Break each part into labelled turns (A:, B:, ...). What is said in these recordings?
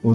A: 我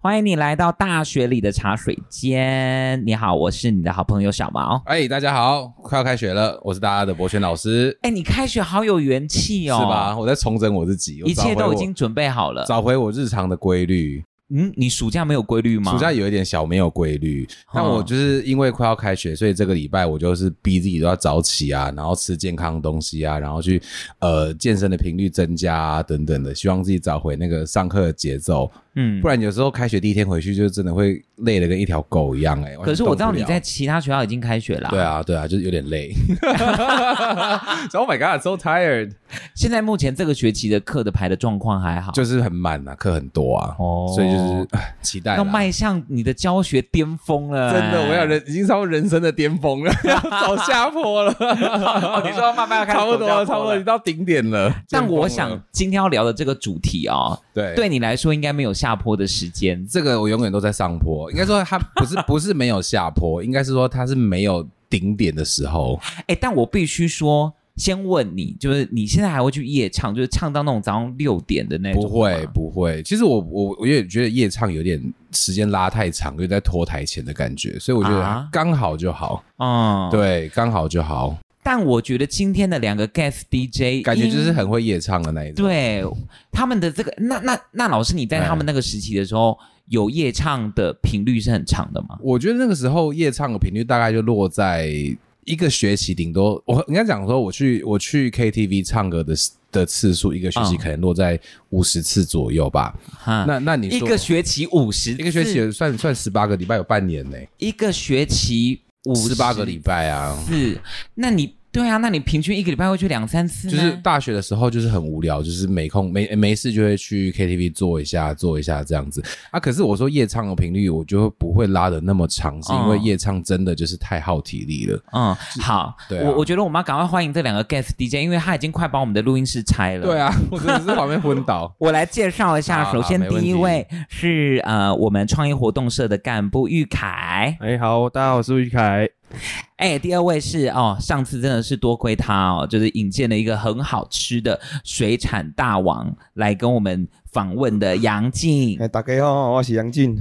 B: 欢迎你来到大学里的茶水间。你好，我是你的好朋友小毛。
C: 哎、大家好，快要开学了，我是大家的博轩老师，
B: 哎，你开学好有元气哦，
C: 是吧？？我在重整我自己，我
B: 一切
C: 找回
B: 都
C: 我
B: 已经准备好了。
C: 找回我日常的规律。
B: 嗯，你暑假没有规律吗？哦
C: 暑假有一点小没有规律，但我就是因为快要开学，所以这个礼拜我就是逼自己都要早起啊，然后吃健康的东西啊，然后去呃健身的频率增加啊等等的，希望自己找回那个上课的节奏。
B: 嗯，
C: 不然有时候开学第一天回去，就真的会累得跟一条狗一样哎、完全
B: 可是我知道
C: 动不
B: 你
C: 了
B: 在其他学校已经开学了、
C: 对，啊，对啊，就是有点累。So, oh my god, so tired，
B: 现在目前这个学期的课的排的状况还好，
C: 就是很满啊，课很多啊，
B: 哦
C: 所以就是唉期待啦
B: 要迈向你的教学巅峰了、
C: 真的，我要人已经超过人生的巅 峰了，要走下坡了。
B: 哦你说慢慢要开始
C: 差不
B: 走
C: 多
B: 下坡了
C: 了，差不多，你到顶点了。
B: 但我
C: 巅峰
B: 想
C: 了，
B: 今天要聊的这个主题哦，
C: 对
B: 对你来说应该没有下坡的时间。
C: 这个我永远都在上坡，应该说它不是不是没有下坡，应该是说它是没有顶点的时候。
B: 哎，但我必须说，先问你，就是你现在还会去夜唱，就是唱到那种早上六点的那种
C: 不
B: 哎吗？
C: 会不会，其实我我我也觉得夜唱有点时间拉太长，又在拖台前的感觉，所以我觉得
B: 啊
C: 刚好就好，
B: 嗯，。
C: 对，刚好就好，
B: 但我觉得今天的两个 guest DJ
C: 感觉就是
B: 因
C: 很会夜唱的那一种。
B: 对他们的这个，那那那老师，你在
C: 哎
B: 他们那个时期的时候，有夜唱的频率是很长的吗？
C: 我觉得那个时候夜唱的频率大概就落在一个学期顶多，我应该讲说我去我去 KTV 唱歌的的次数，一个学期
B: 嗯
C: 可能落在五十次左右吧。
B: 哈，
C: 那那你
B: 一
C: 说
B: 个学期五十，
C: 一个学期，算算十八个礼拜有半年呢、
B: 一个学期五
C: 十八个礼拜啊。
B: 是，那你对啊，那你平均一个礼拜会去两三次呢，
C: 就是大学的时候，就是很无聊，就是没空没没事就会去 KTV 做一下做一下这样子啊。可是我说夜唱的频率，我就会不会拉的那么长，是因为
B: 嗯
C: 夜唱真的就是太耗体力了。
B: 嗯，好，
C: 对啊
B: 我我觉得我们要赶快欢迎这两个 guest DJ，因为他已经快把我们的录音室拆了。
C: 对。 啊，我真的是旁边昏倒。
B: 我来介绍一
C: 好
B: 下，首先
C: 好没问
B: 第一
C: 题
B: 位是呃我们创意活动社的干部玉凯，
D: 哎、好，大家好，我是玉凯。
B: 哎，第二位是哦，上次真的是多亏他哦，就是引荐了一个很好吃的水产大王来跟我们访问的杨静
D: 哎、，大家好，我是杨静。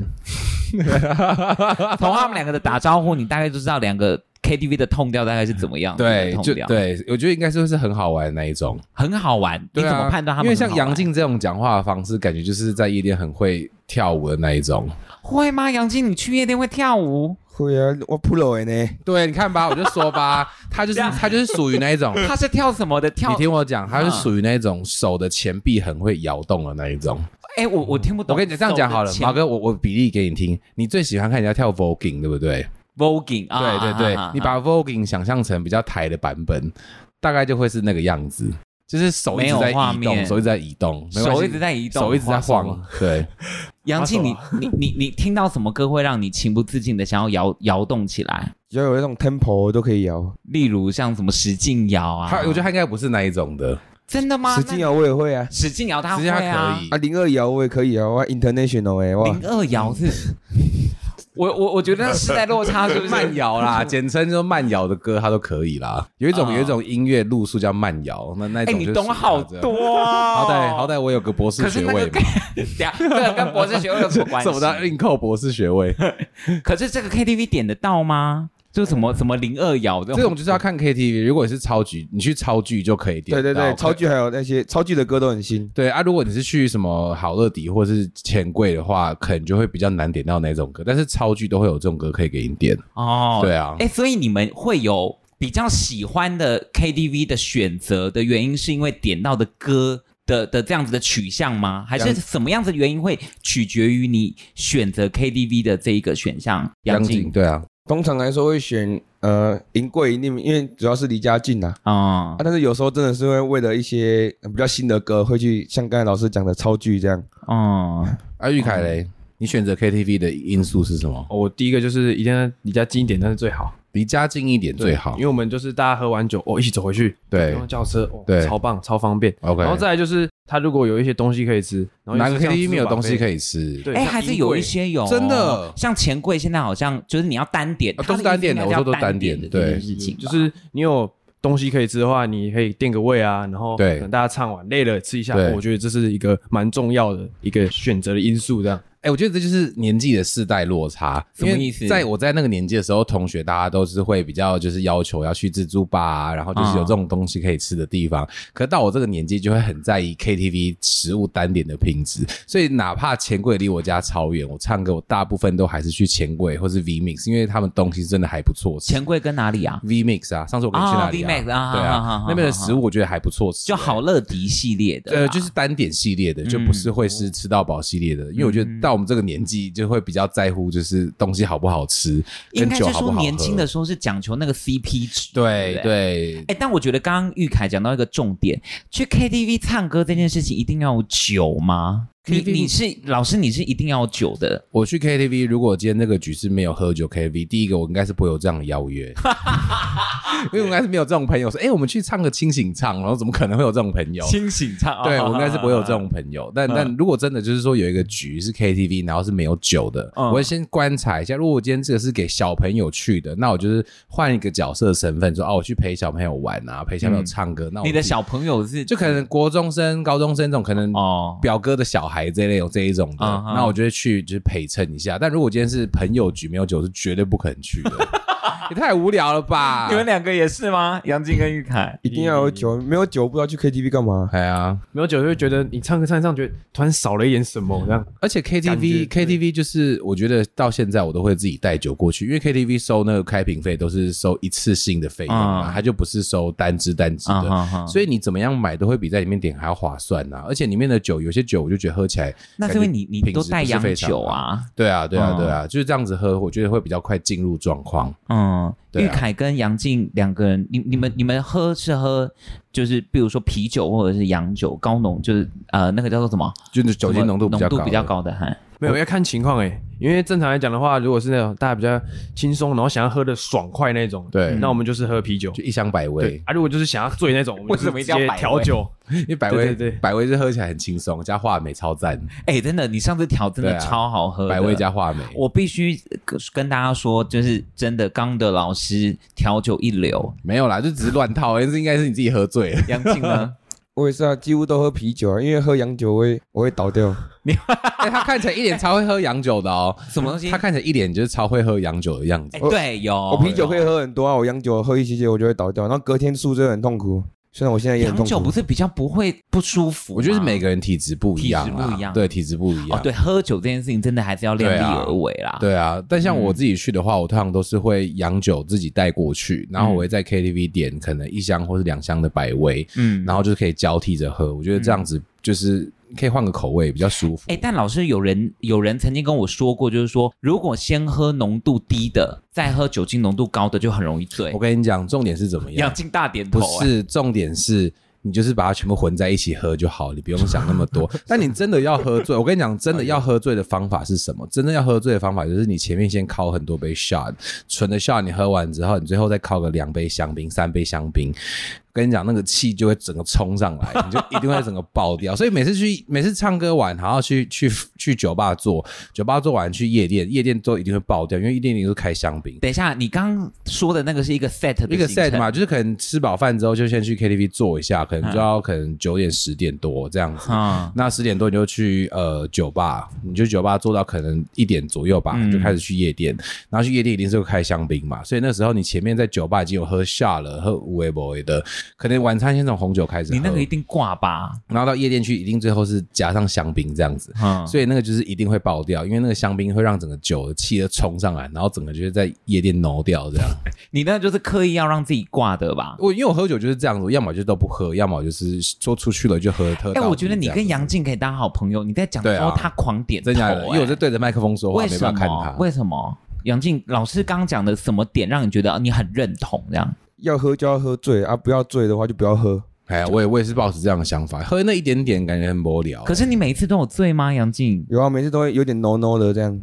B: 从他们两个的打招呼，你大概就知道两个 KTV 的痛调大概是怎么样，
C: 对，
B: 痛
C: 就
B: 调，
C: 对，我觉得应该是会是很好玩的那一种。
B: 很好玩，你
C: 对
B: 怎
C: 啊
B: 么判断他们
C: 因为
B: 很好玩？
C: 像杨静这种讲话的方式，感觉就是在夜店很会跳舞的那一种。
B: 会吗？杨静，你去夜店会跳 舞？
D: 会啊，我 pro 的呢。
C: 对，你看吧，我就说吧，他 就是他就是属于那一种。
B: 他是跳什么的？
C: 你
B: 跳？
C: 听我讲，他是
B: 嗯
C: 属于那种手的前臂很会摇动的那一种。
B: 哎、我我听不懂。
C: 我跟你讲，这样讲好了，毛哥，我我比例给你听。你最喜欢看人家跳 voguing，对不对？
B: ，voguing 啊，
C: 对对对
B: 啊啊啊，
C: 你把 voguing 想象成比较台的版本，大概就会是那个样子，就是手一直在
B: 没有画
C: 移动，
B: 面
C: 手一直在移动，没关系
B: 手一直在移动，
C: 手一直在
B: 滑手
C: 晃啊
B: 啊。，
C: 对，
B: 杨静，你你你你听到什么歌会让你情不自禁的想要摇摇动起来？
D: 只要有那种 tempo 都可以摇，
B: 例如像什么使劲摇啊？
C: 他我觉得他应该不是那一种的，
B: 真的吗？
D: 使劲摇我也会啊
B: 那，，使劲摇，他
C: 实
B: 会
C: 际上
B: 啊
C: 可。以
D: 啊，零二摇我也可以啊，我 international 哎，哇，
B: 零二摇是， 我我我觉得是在落差是不是？
C: 嗯慢摇啦， 简称就是慢摇的歌，他都可以啦。有一种
B: 啊
C: 有一种音乐路数叫慢摇，那那
B: 哎、
C: 种
B: 你
C: 就是啊
B: 懂好
C: 这样。
B: 多、哦，
C: 好歹好歹我有个博士
B: 可是
C: 学
B: 那
C: 位
B: 个
C: 嘛
B: 跟，等一 下这个跟博士学位有什么关系？
C: 怎么的硬扣博士 学位？
B: 可是这个 KTV 点得到吗？就什么什么零二摇这
C: 哎这种
B: 种，
C: 就是要看 KTV，如果你是超局，你去超剧就可以点
D: 对
C: 到。
D: 对对，
C: 可
D: 超巨还有那些超巨的歌都很新，
C: 对啊，如果你是去什么好乐迪或是钱柜的话，可能就会比较难点到那种歌，但是超剧都会有这种歌可以给你点。
B: 哦，
C: 对啊，
B: 哎、所以你们会有比较喜欢的 KTV 的选择的原因，是因为点到的歌的的这样子的取向吗？还是什么样子的原因会取决于你选择 KTV 的这一个选项？杨
C: 景
B: 静，
C: 对啊，
D: 通常来说会选呃银贵银因为主要是离家近啊，
B: 哦
D: 啊，，但是有时候真的是会为了一些呃比较新的歌，会去像刚才老师讲的超巨这样，
B: 哦，
C: 啊，玉凯雷，你选择 KTV 的因素是什么？
E: 哦
F: 哦我第一个就是一定要离家近一点，那是最好。
C: 离家近一点最好
E: 因为。我们就是大家喝完酒，哦，一起走回去，
C: 对
E: 不用叫车，哦
C: 对
E: 超棒，超方便。
C: OK
E: 然后再来就是，他如果有一些东西可以吃，然后
C: 哪个 KTV 没有东西可
E: 以？
C: 以吃？
E: 对，
B: 哎，
E: 像
B: 还是
E: 银
B: 有
E: 桂
B: 一些有哦
C: 真的
B: 像钱柜现在好像就是你要单点，
C: 啊都是单点的
B: 它应该
C: 我说都
B: 要单
C: 单点
B: 的
C: 对
B: 这件事情吧，
E: 就是你有东西可以吃的话，你可以垫个位啊，然后
C: 对
E: 可能大家唱完累了吃一下，哦
C: 对
E: 我觉得这是一个蛮重要的一个选择的因素。这样，
C: 哎、我觉得这就是年纪的世代落差，
B: 什么意思
C: 因为在我在那个年纪的时候，同学大家都是会比较就是要求要去自助吧、啊，然后就是有
B: 嗯
C: 这种东西可以吃的地方。可到我这个年纪，就会很在意 KTV 食物单点的品质，所以哪怕钱柜离我家超远，我唱歌我大部分都还是去钱柜或是 V Mix，因为他们东西真的还不错吃。
B: 钱柜跟哪里啊？
C: V Mix 啊，上次我跟你去那里、
B: 哦，V Mix，啊好
C: 对
B: 好
C: 啊
B: 好，
C: 那边的
B: 好好
C: 食物我觉得还不错吃、
B: 就好乐迪系列的啦，嗯哦
C: 呃，就是单点系列的，就不是会是吃到饱系列的，因为我觉得到我们这个年纪就会比较在乎，就是东西好不好吃，
B: 应
C: 跟
B: 该
C: 酒
B: 是
C: 好不
B: 说
C: 好喝。
B: 年轻的时候是讲求那个 CP 值，
C: 对
B: 不对。
C: 对
B: 哎、但我觉得刚刚玉凯讲到一个重点，去 KTV 唱歌这件事情一定要有酒吗？你
C: KTV
B: 你是老师，你是一定要有酒的，
C: 我去 KTV，如果今天这个局是没有喝酒 KTV，第一个我应该是不会有这样的邀约， 因为我应该是没有这种朋友说，哎、我们去唱个清醒唱，然后怎么可能会有这种朋友？
B: 清醒唱
C: 对，我应该是不会有这种朋友。但
B: 嗯
C: 但如果真的就是说有一个局是 KTV，然后是没有酒的，
B: 嗯
C: 我会先观察一下。如果我今天这个是给小朋友去的，那我就是换一个角色身份，说哦，我去陪小朋友玩啊，陪小朋友唱歌。那 我
B: 嗯你的
C: 自己
B: 小朋友是
C: 就可能国中生、高中生这种，可能
B: 哦
C: 表哥的小孩这一类有这一种的，
B: 嗯哼
C: 那我就会去就是陪衬一下。但如果今天是朋友局没有酒，是绝对不可能 去的，也太无聊了吧？
B: 两个也是吗？杨静跟玉凯，
D: 一定要有酒，
B: 嗯
D: 没有酒不知道去 KTV 干嘛。
C: 哎呀，
E: 没有酒就会觉得你唱歌唱一唱，觉得突然少了一点什么这样。
C: 而且
E: 感觉
C: KTV
E: 对
C: KTV 就是，我觉得到现在我都会自己带酒过去，因为 KTV 收那个开瓶费都是收一次性的费用嘛，
B: 嗯
C: 它就不是收单支单支的，
B: 嗯哼哼
C: 所以你怎么样买都会比在里面点还要划算呐、而且里面的酒有些酒我就觉得喝起来，
B: 那是因为你你
C: 感觉
B: 都
C: 品质
B: 带
C: 不是
B: 洋
C: 非常
B: 酒
C: 好
B: 啊，
C: 对啊对啊
B: 嗯
C: 对啊，就是这样子喝，我觉得会比较快进入状况。
B: 嗯，
C: 对啊嗯
B: 玉凯跟杨静两个人，你你们你们喝是喝，就是比如说啤酒或者是洋酒，高浓就是呃那个叫做什么
C: 就是酒精浓度比
B: 浓
C: 较高
B: 度
C: 的，
B: 比较高的，还
E: 没有要看情况哎、因为正常来讲的话，如果是那种大家比较轻松，然后想要喝的爽快那种，
C: 对
E: 那我们就是喝啤酒。
C: 就一箱百
E: 对
C: 威，
E: 啊，如果就是想要醉那种，我们就是
B: 为什么一定要
E: 直接
B: 百威
E: 调酒？
C: 因为百威
E: 对对对
C: 百威是喝起来很轻松，加话梅超赞，
B: 哎、真的，你上次调真
C: 对
B: 的
C: 啊
B: 超好喝的，
C: 百威加话梅，
B: 我必须跟跟大家说，就是真的，刚的老师调酒一流，
C: 没有啦，就只是乱套， 因为这应该是你自己喝醉了。
B: 杨静 呢？
D: 我也是啊，几乎都喝啤酒啊，因为喝洋酒我会我会倒掉。
C: 哎、他看起来一脸超会喝洋酒的哦，
B: 什么东西
C: 他看起来一脸就是超会喝洋酒的样子
B: 哎、。对，有
D: 我啤酒可以喝很多啊，我洋酒喝一些些我就会倒掉，然后隔天宿醉很痛苦。虽然我现在也很
B: 洋
D: 痛
B: 酒不
D: 苦，
B: 是比较不会不舒服吗，
C: 我觉得是每个人体质不一样
B: 体
C: 啦，
B: 质不一样
C: 对，体质不一样。
B: 哦，对，喝酒这件事情真的还是要量
C: 对
B: 力
C: 啊
B: 而为啦，
C: 对啊，但像我自己去的话，我通常都是会洋酒自己带过去，然后我会在 KTV 点可能一箱或是两箱的百威，
B: 嗯，
C: 然后就是可以交替着喝。我觉得这样子就是可以换个口味，比较舒服。
B: 哎、但老师有人有人曾经跟我说过，就是说，如果先喝浓度低的，再喝酒精浓度高的，就很容易醉
C: 我。跟你讲，重点是怎么样
B: 杨？静大点头、
C: 不
B: 哎，
C: 是，重点是你就是把它全部混在一起喝就好，你不用想那么 多。但你真的要喝醉，我跟你讲，真
B: 哎
C: 的要喝醉的方法是什么？真的要喝醉的方法就是你前面先烤很多杯 shot，纯的 shot 你喝完之后，你最后再烤个两杯香槟、三杯香槟。跟你讲，那个气就会整个冲上来，你就一定会整个爆掉。所以每次去，每次唱歌完，然后去去去酒吧做，酒吧做完去夜店，夜店都一定会爆掉，因为夜店一定是开香槟。
B: 等一下，你刚刚说的那个是一个 set 的
C: 一个
B: 行程
C: set 嘛，就是可能吃饱饭之后就先去 KTV 坐一下，可能
B: 嗯
C: 就要可能九点十点多这样子。
B: 啊，
C: 那十点多你就去呃酒吧，你就酒吧坐到可能一点左右吧，
B: 嗯
C: 就开始去夜店。然后去夜店一定是会开香槟嘛，所以那时候你前面在酒吧已经有喝下了，喝无为 boy 的，可能晚餐先从红酒开始喝，
B: 你那个一定挂吧？
C: 然后到夜店去一定最后是加上香槟这样子。
B: 嗯，
C: 所以那个就是一定会爆掉，因为那个香槟会让整个酒的气都冲上来，然后整个就是在夜店挪掉这样。
B: 你那个就是刻意要让自己挂的吧？
C: 我因为我喝酒就是这样子，我要么就都不喝，要么就是说出去了就喝喝到底这
B: 哎、
C: 样。
B: 我觉得你跟杨静可以当好朋友。你在讲
C: 对啊
B: 说他狂点头、
C: 真假的，因为我在
B: 在
C: 对着麦克风说话，
B: 为
C: 没
B: 什
C: 办法看
B: 么？
C: 他。
B: 为什么？杨静老师刚讲
C: 哦
B: 的什么点让你觉得啊你很认同这样？
D: 要喝就要喝醉啊，不要醉的话就不要喝。
C: 哎呀，我也我也是抱持这样的想法，喝那一点点感觉很无聊。
B: 可是你每一次都有醉吗？杨静
D: 有啊，每次都会有点 no no 的这样。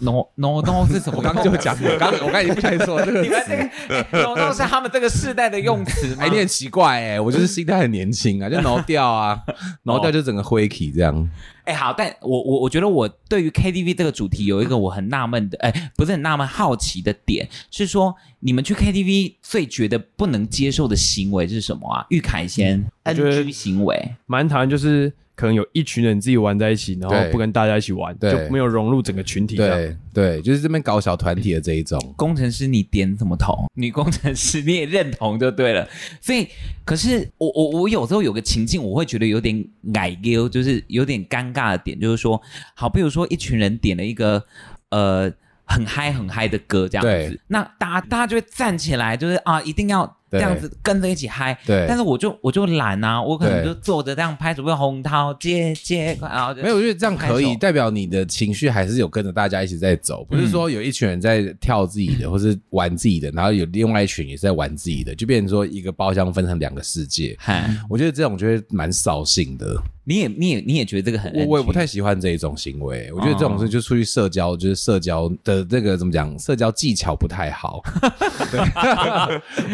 B: ，no no no 是什么？
C: 我刚刚就讲过，刚我刚已经不想说这 个
B: 你
C: 词
B: 们。这个哎 no no 是他们这个世代的用词吗
C: 哎，？你很奇怪哎、我就是心态很年轻啊，就挠 掉啊，挠
B: 哦
C: 掉就整个灰体这样。
B: 哎、好，但我我我觉得我对于 KTV 这个主题有一个我很纳闷的，哎、不是很纳闷，好奇的点是说，你们去 KTV 最觉得不能接受的行为是什么啊？玉凯先
E: 我觉得
B: NG 行为，
E: 蛮讨厌就是可能有一群人自己玩在一起，然后
C: 对
E: 不跟大家一起玩，
C: 对
E: 就没有融入整个群体这样。
C: 对对，就是这边搞小团体的这一种。
B: 工程师你点什么头？ 女工程师你也认同就对了。所以，可是我我我有时候有个情境，我会觉得有点矮丢，就是有点尴尬的点，就是说，好，比如说一群人点了一个呃很嗨很嗨的歌这样子
C: 对，
B: 那大家大家就会站起来，就是啊一定要这
C: 对
B: 样子跟着一起嗨。
C: 对
B: 但是我就我就懒啊，我可能
C: 对
B: 就坐着这样拍手，会红桃接接，然后就
C: 没有，我觉得这样可
B: 拍
C: 以，
B: 手
C: 代表你的情绪还是有跟着大家一起在走，不是说有一群人在跳自己的，或是玩自己的，然后有另外一群也是在玩自己的，就变成说一个包厢分成两个世界。
B: 嗨，
C: 我觉得这种就会蛮扫兴的，
B: 你也你也你也觉得这个很
C: 我我也
B: NG
C: 不太喜欢这一种行为。我觉得这种事就出去社交，就是社交的这个怎么讲，社交技巧不太好。 对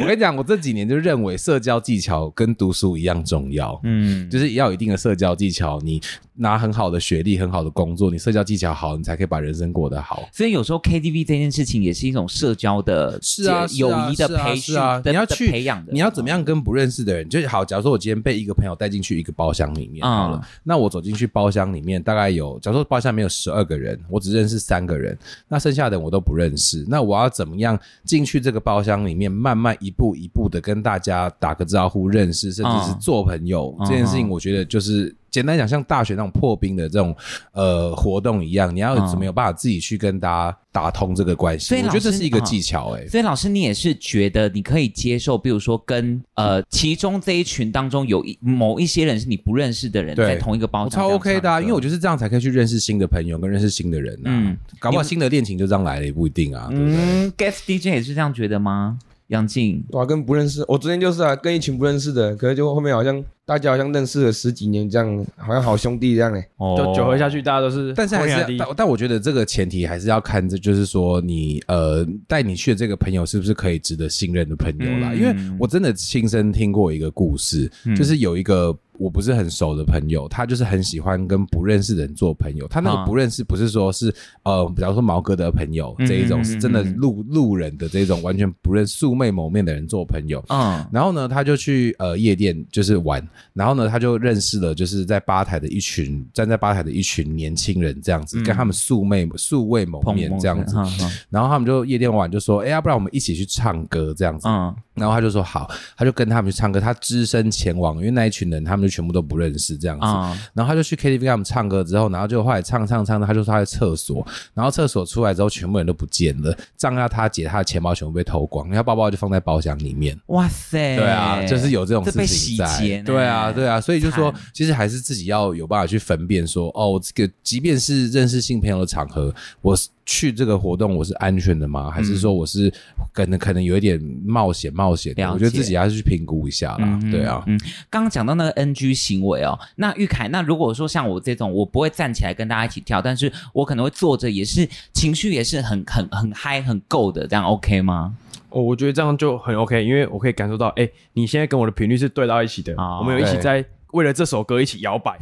C: 我跟你讲，我这几年就认为社交技巧跟读书一样重要。
B: 嗯
C: 就是要有一定的社交技巧，你拿很好的学历、很好的工作，你社交技巧好，你才可以把人生过得好。
B: 所以有时候 KTV 这件事情也是一种社交的
C: 是啊，
B: 友谊的培
C: 是
B: 训
C: 啊，
B: 的
C: 你要
B: 的
C: 去
B: 培养的，哦
C: 你要怎么样跟不认识的人？就是好，假如说我今天被一个朋友带进去一个包厢里面好了，
B: 嗯
C: 那我走进去包厢里面，大概有，假如说包厢里面有十二个人，我只认识三个人，那剩下的人我都不认识。那我要怎么样进去这个包厢里面，慢慢一步一步的跟大家打个招呼、认识，甚至是
B: 嗯
C: 做朋友、
B: 嗯
C: 这件事情，我觉得就是。简单讲，像大学那种破冰的这种呃
B: 啊
C: 活动一样，你要怎么有办法自己去跟大家打通这个关系？
B: 所以
C: 我觉得
B: 老
C: 这
B: 师
C: 是一个
B: 嗯
C: 技巧、欸，
B: 所以老师，你也是觉得你可以接受，比如说跟呃其中这一群当中有一某一些人是你不认识的人，
C: 对
B: 在同一个包
C: 我
B: 厢
C: 超 OK 的、啊，因为我
B: 觉
C: 就是这样才可以去认识新的朋友，跟认识新的人啊。
B: 嗯
C: 搞不好新的恋情就这样来了，也不一定啊。
B: 得
C: 对不对
B: 嗯，Guest DJ 也是这样觉得吗？杨静，
D: 对啊，跟不认识，我昨天就是啊，跟一群不认识的，可是就后面好像大家好像认识了十几年这样，好像好兄弟这样哎。
B: 哦
E: 就酒喝下去，大家都是
C: 但是还
E: 混下
C: 是
E: 地
C: 要，但但我觉得这个前提还是要看，这就是说你呃带你去的这个朋友是不是可以值得信任的朋友啦。
B: 嗯
C: 因为我真的亲身听过一个故事，就是有一个我不是很熟的朋友，他就是很喜欢跟不认识的人做朋友。他那
B: 啊
C: 个不认识不是说是呃，比方说毛哥的朋友这一
B: 嗯嗯嗯
C: 种，是真的
B: 嗯嗯
C: 路路人的这种完全不认素昧谋面的人做朋友。
B: 嗯
C: 然后呢，他就去呃夜店就是玩，然后呢，他就认识了就是在吧台的一群站在吧台的一群年轻人这样子，
B: 嗯
C: 跟他们素昧素未谋
B: 碰
C: 面
B: 碰
C: 这样子。
B: 嗯嗯
C: 然后他们就夜店玩，就说：“哎呀，要不然我们一起去唱歌这样子。
B: 嗯
C: 然后他就说：“好。”他就跟他们去唱歌，他只身前往，因为那一群人他们就全部都不认识这样子。
B: 啊
C: 然后他就去 KTV 跟他们唱歌之后，然后就后来唱唱唱，他就说他在厕所，然后厕所出来之后，全部人都不见了，账要他姐他的钱包全部被偷光，然后他包包就放在包厢里面。
B: 哇塞，
C: 对啊，就是有这种
B: 哎这被
C: 事
B: 洗
C: 情
B: 劫
C: 在
B: 呢，。
C: 对啊，对啊，所以就说
B: 惨，
C: 其实还是自己要有办法去分辨说，哦，这个即便是认识新朋友的场合，我是去这个活动我是安全的吗？还是说我是可能可能有一点冒险冒险的？
B: 嗯了
C: 我觉得
B: 解
C: 自己还是去评估一下啦。
B: 嗯
C: 对啊，
B: 嗯，刚刚讲到那个 NG 行为哦，那玉凯，那如果说像我这种，我不会站起来跟大家一起跳，但是我可能会坐着，也是情绪也是很很很嗨、很够的，这样 OK 吗？
E: 哦，我觉得这样就很 OK，因为我可以感受到，哎、你现在跟我的频率是对到一起的，
B: 哦
E: 我们有一起
C: 对
E: 在为了这首歌一起摇摆，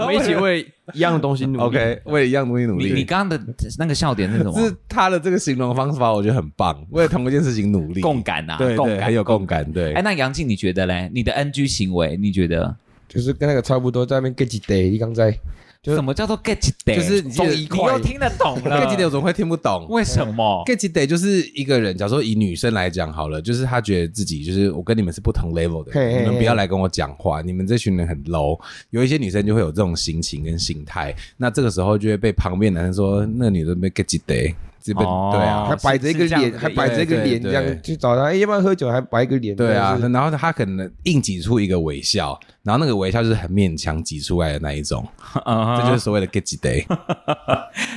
E: 我们一起为一样的东西努力。
C: OK，为了一样东西努
B: 你你
C: 力。
B: 刚刚的那个笑点是什么
C: 是？他的这个形容方法，我觉得很棒。为了同一件事情努力，
B: 共感呐、啊，
C: 对
B: 共
C: 对，
B: 感
C: 很有共。感。对
B: 哎，，那杨静你觉得嘞？你的 NG 行为，你觉得
D: 就是跟那个差不多，在那边 get 几 day，你刚在就是
B: 什么叫做 get it？
C: 就是
B: 你
C: 你
B: 终于
C: 记得
B: 又听得懂 了
C: get 点我怎么会听不懂？
B: 为什 么？
C: get it day 就是一个人，假如说以女生来讲好了，就是她觉得自己就是我跟你们是不同 level 的人
D: 嘿嘿嘿
C: 你们不要来跟我讲话，你们这群人很 low。有一些女生就会有这种心情跟心态，那这个时候就会被旁边男生说那女的被 get it day，这边、
B: 哦
C: 对啊
D: 还。摆着一个
E: 是这样
D: 脸，
E: 子
D: 还摆着一个脸
C: 对
D: 这
C: 对
D: 样
C: 对
D: 去找他，哎，要不要喝酒？还摆一个脸，
C: 对啊
D: 真的，是
C: 然后她可能硬挤出一个微笑，然后那个微笑就是很勉强挤出来的那一种，这就是所谓的 get it day。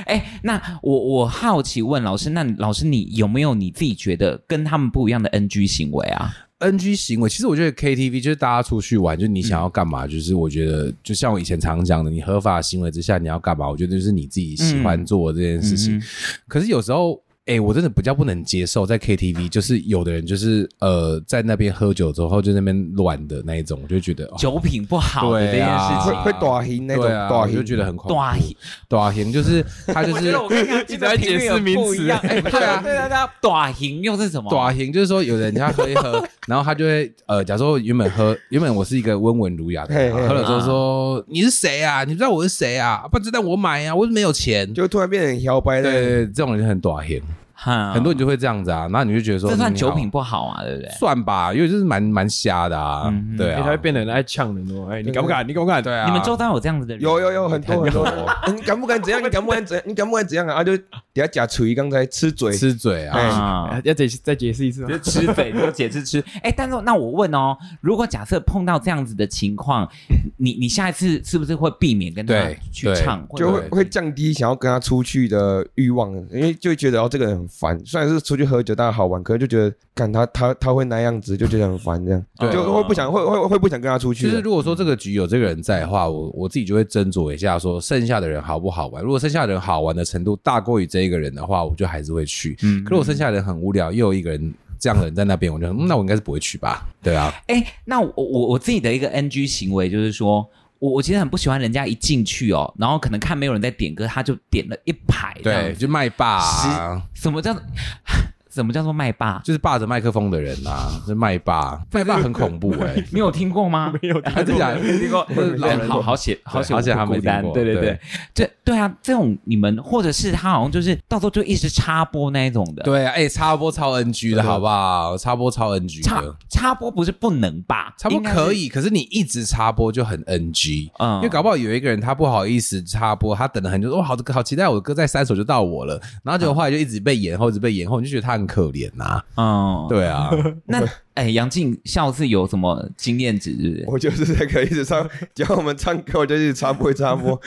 B: 哎，那我我好奇问老师，那老师你有没有你自己觉得跟他们不一样的 NG 行为啊？
C: NG 行为，其实我觉得 KTV 就是大家出去玩，就是你想
B: 嗯
C: 要干嘛，就是我觉得就像我以前常讲的，你合法行为之下你要干嘛，我觉得就是你自己喜欢做的这件事情。
B: 嗯
C: 可是有时候，哎、我真的比较不能接受在 KTV，就是有的人就是呃在那边喝酒之后就在那边乱的那一种，我就觉得、哦、
B: 酒品不好的这
C: 对
B: 件
C: 啊
B: 事
D: 会
B: 情。
D: 会短行那种
C: 对啊，
D: 短
C: 我
D: 行
C: 就觉得很恐怖。
B: 短行
C: 短行就是他就是。
B: 跟 你
E: 一直在解释名词
B: 哎，对啊，对啊，对啊，短行又是什么？
C: 短行就是说，有人家喝一喝，然后他就会呃，假如说原本喝，原本我是一个温文儒雅的人，
D: 嘿嘿
C: 喝了之后说你是谁啊？你不知道我是谁啊？不知道我买啊？我没有钱。
D: 就突然变得很摇摆
C: 对
D: 的。
C: 对对，这种人很短行，
B: 哈
C: 很多人就会这样子啊。然后你就觉得说，
B: 这算
C: 嗯
B: 酒品
C: 好
B: 不好啊，对不对？
C: 算吧，因为就是蛮蛮瞎的啊
B: 嗯嗯。
C: 对
E: 哎
C: 啊
E: 他会，变得很爱呛人哦。哎，你敢不敢？你敢不敢？
C: 对啊，
B: 你们周遭有这样子的人？
D: 有有有很多 很多嗯
C: 很多，
D: 你敢不敢怎样？你敢不敢怎样？你敢不敢怎样啊？啊就底下假锤，刚才吃嘴，
C: 吃嘴啊，
B: 啊
E: 哎，要解再解释一次吗
B: 就？吃嘴，就解释吃。哎、但是那我问哦，如果假设碰到这样子的情况，你你下一次是不是会避免跟他
C: 对
B: 去唱？或者
D: 就会
C: 对
D: 会降低想要跟他出去的欲望，因为就会觉得哦这个人很烦。虽然是出去喝酒，大家好玩，可是就觉得看他他他会那样子，就觉得很烦，这样
C: 对
D: 就会不想会会会不想跟他出去
C: 其
D: 了。
C: 实如果
B: 嗯
C: 说这个局有这个人在的话，我我自己就会斟酌一下，说剩下的人好不好玩。如果剩下的人好玩的程度大过于这一个人的话，我就还是会去。嗯，可如果剩下的人很无聊，又有一个人这样的人在那边，我就、嗯那我应该是不会去吧？对啊，
B: 哎、那我我我自己的一个 NG 行为就是说。我我其实很不喜欢人家一进去哦，然后可能看没有人在点歌，他就点了一排这样
C: 对，
B: 子。
C: 就麦霸、啊
B: 十，什么叫 什么叫做麦霸？
C: 就是霸着麦克风的人啊，是麦霸，麦霸很 恐怖哎、欸
B: 你有听过吗？没有
C: 啊，真的假的
B: 听过，
C: 老人
B: 好好写，好写，
C: 好险他没
B: 孤单
C: 听，过
B: 对对对
C: 对，
B: 这对啊，这种你们或者是他好像就是到时候就一直插播那一种的，，
C: 对啊，哎、插播超 NG 的好不好？插播超 NG
B: 插
C: 的。
B: 插播不是不能吧？
C: 插播
B: 应该是
C: 可，以，可是你一直插播就很 NG。
B: 嗯
C: 因为搞不好有一个人他不好意思插播，他等了很久，哇，好好期待我的歌在三首就到我了，然后结果后来就一直被延后，一直被延后，你就觉得他很可怜呐、
B: 嗯，。
C: 对啊，
B: 那哎，杨静下次有什么经验值？是不是
D: 我就是在可以一直唱，只要我们唱歌，我就一直插播一直插 播，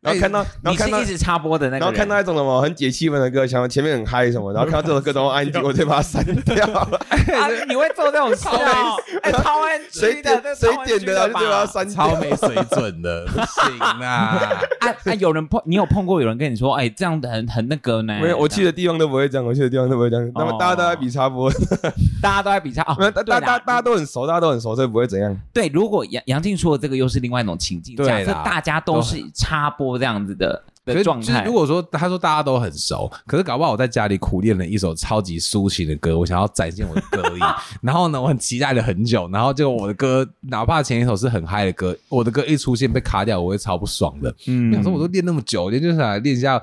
D: 然后看到
B: 哎
D: 然
B: 你
D: 后看到
B: 是一直插播的那个人，
D: 然后看到一种什么很解气氛的歌，想要前面很嗨什么，然后看到这首歌然 后安静，我就把它删掉。
B: 啊，你会做这种事哦？ 哎，超 NG 的
D: 谁点
B: 这超
D: 谁
B: NG
D: 点的啊，就
B: 吧
D: 就把它删
C: 超
D: 掉。
C: 没水准的，不行 啊！
B: 啊啊！有人碰你有碰过有人跟你说，哎，这样的很很那个呢？
D: 没有，我
B: 这样
D: 去的地方都不会这样，我去的地方都不会这样。
B: 哦
D: 那么大家都在比插播，
B: 大家都在比
C: 哦
B: 赛啊，
D: 没有，大
B: 对啦
D: 大大
C: 嗯
D: 大家都很熟，大家都很熟，所以不会怎样。
B: 对。如果杨杨静说的这个又是另外一种情境，
C: 对
B: 假
C: 啦
B: 设大家都是插播这样子的
C: 可
B: 的
C: 是
B: 状
C: 就是
B: 态，
C: 如果说他说大家都很熟，可是搞不好我在家里苦练了一首超级抒情的歌，我想要展现我的 歌艺，然后呢，我很期待了很久，然后结果我的歌，哪怕前一首是很嗨的歌，我的歌一出现被卡掉，我会超不爽的。嗯，想说我都练那么久，今天就是来练一下。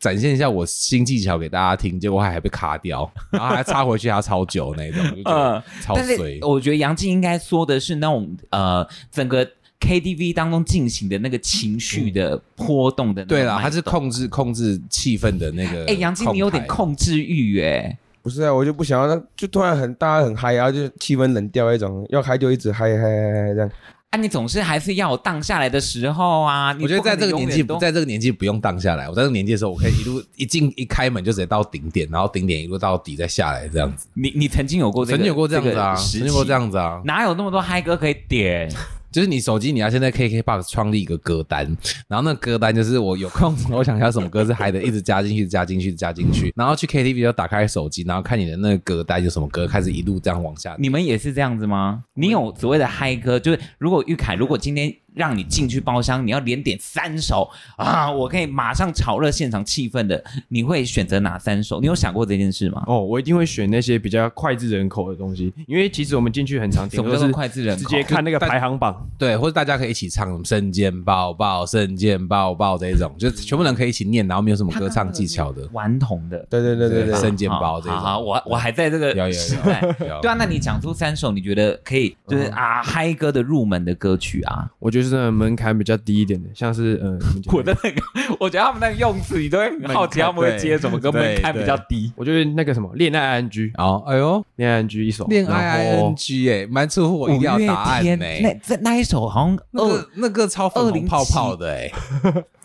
C: 展现一下我新技巧给大家听，结果还还被卡掉，然后还插回去，还要超久那一种，我就觉得
B: 嗯
C: 超
B: 但是
C: 衰。
B: 我觉得杨静应该说的是那种呃，整个 KTV 当中进行的那个情绪的波动的那种
C: 对啦，
B: 脉
C: 他是控制控制气氛的那个。
B: 哎，杨静你有点。控制欲哎，
D: 不是啊，我就不想要让，就突然很大家很嗨，然后就气氛冷掉那种，要嗨就一直嗨嗨嗨嗨这样。
B: 啊，你总是还是要有荡下来的时候啊。你
C: 我觉
B: 不
C: 得
B: 可
C: 在
B: 能
C: 这个年纪，
B: 永远都
C: 不在这个年纪不用荡下来。我在这个年纪的时候，我可以一路一进一开门就直接到顶点，然后顶点一路到底再下来这样子。
B: 你你曾经有过这个
C: 曾经有过这样子啊，
B: 个时期
C: 曾经有过这，样子啊，
B: 哪有那么多嗨歌可以点？
C: 就是你手机你要先在 KKBOX 创立一个歌单，然后那个歌单就是我有空 我想要什么歌是嗨的，一直加进去，加进去，加进去，然后去 KTV 就打开手机，然后看你的那个歌单有什么歌，开始一路这样往下。
B: 你们也是这样子吗？你有所谓的嗨歌，就是如果玉凯，如果今天让你进去包厢，你要连点三首啊，我可以马上炒热现场气氛的，你会选择哪三首？你有想过这件事吗？
E: 哦，我一定会选那些比较脍炙人口的东西，因为其实我们进去很常
B: 什
E: 点
B: 么
E: 都
B: 叫做
E: 是
B: 脍炙人口
E: 直接看那个排行榜。
C: 对，或者大家可以一起唱什么“圣剑抱抱”“圣剑抱抱”这一种，就是全部人可以一起念，然后没有什么歌唱技巧 的，
B: 顽童的，
D: 对对对对对，
C: 圣剑抱这一
B: 啊好好，
C: 种。哦
B: 我我还在这
C: 有有
B: 个
C: 有
B: 时代。
C: 有嗯
B: 对啊，那你讲出三首你觉得可以就是啊嗨歌的入门的歌曲啊？
E: 我觉就是那种门槛比较低一点的，像是呃，
B: 我的那个， 我觉得他们那个用词，你都会很好奇他们会接什么，跟门槛比较低。
E: 我觉得那个什么恋爱 ing，
C: 哦，哎呦，
E: 恋爱 ing 一首，
C: 恋爱
E: 然后
C: ing 哎，蛮出乎我意料答案呢。
B: 那这那一首好像
C: 那
B: 二
C: 个那个超粉红
B: 2007
C: 泡泡的哎，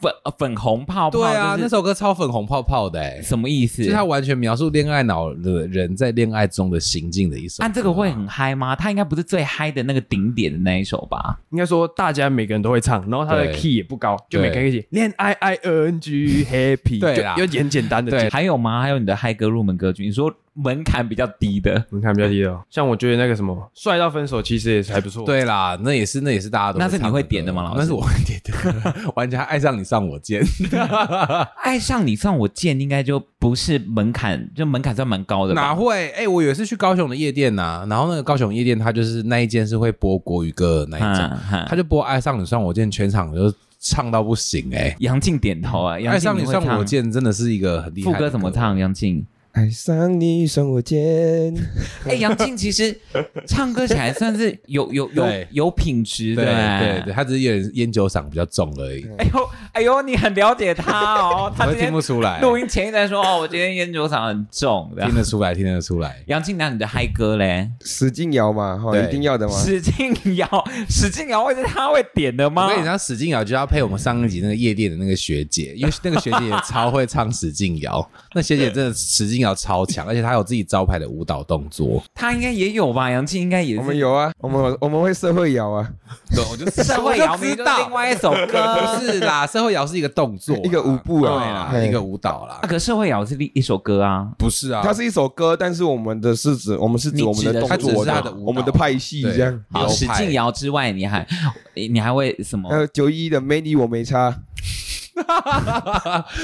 B: 粉呃粉红泡泡，
C: 对啊，
B: 就是
C: 那首歌超粉红泡泡的哎，
B: 什么意
C: 就
B: 思
C: 是？他完全描述恋爱脑的人在恋爱中的行径的一首歌啊。
B: 按这个会很嗨吗？他应该不是最嗨的那个顶点的那一首吧？
E: 应该说大家每个人都会唱，然后它的
C: 对
E: key 也不高，就每个人一起恋爱 ing happy，
C: 对
E: 就
C: 啦
E: 有点简单的
B: 对，还有吗？还有你的嗨歌入门歌曲，你说门槛比较低 的，
E: 门槛比较低的哦，像我觉得那个什么帅到分手其实也是还不错。，
C: 对啦，那也是那也是大家都
B: 那是
C: 唱
B: 你会
C: 歌
B: 点的吗老师
C: 那是我会点的。玩家爱上你上我肩，
B: 爱上你上我剑应该就不是门槛，就门槛算蛮高的
C: 哪
B: 吧？
C: 会？哎、我有一次去高雄的夜店呐、然后那个高雄夜店，它就是那一间是会播国语歌的那一种，
B: 嗯
C: 他就播《爱上你上我肩》，全场就唱到不行哎、
B: 杨静点头啊，
C: 爱
B: 杨静
C: 上你
B: 会
C: 上
B: 唱
C: 我肩真的是一个很厉害
B: 副
C: 的
B: 歌怎么唱？？杨静，
D: 爱哎上你，上我肩。
B: 哎，杨静其实唱歌起来算是有有有
C: 对
B: 有品质的，
C: 对对对，。他只是有点烟酒嗓比较重而已，
B: 哎呦哎呦，你很了解他 哦，他
C: 我
B: 今
C: 听
B: 天
C: 不出来，
B: 录音前一直在说哦，我今天烟酒嗓很重的
C: 听。得出来，听得出来。
B: 杨静拿你的嗨歌嘞，
D: 使劲摇嘛，哈，
C: 对
D: 一定要的嘛。
B: 史劲瑶， 史劲瑶会是他会点的
C: 我
B: 吗
C: 跟？你讲，史劲瑶就要配我们上一集那个夜店的那个学姐，因为那个学姐也超会唱史劲瑶， 那学姐真的史劲瑶超强，而且她有自己招牌的舞蹈动作。
B: 他应该也有吧？杨静应该也
D: 我们
B: 是。
D: 有啊，我们我们会社会摇啊，
C: 对，我就
B: 社会姚明就是另外一首歌
C: 不，是啦，社会摇是一个动作啦，
D: 一个舞步啊
C: 对啦，
D: 嘿
C: 一个舞蹈啦
B: 啊，，可是社会摇是另一首歌啊。
C: 不是啊，
D: 它是一首歌，但是我们的是指我们是
B: 你
D: 指我们
B: 指的
D: 动
B: 它
C: 只
D: 作
C: 是它的舞蹈
D: 我们的派系
C: 对
D: 这样。
B: 好，
C: 流
B: 史
C: 派
B: 劲瑶之外，你还你还会什么
D: 还？有九一的 Many 我没差，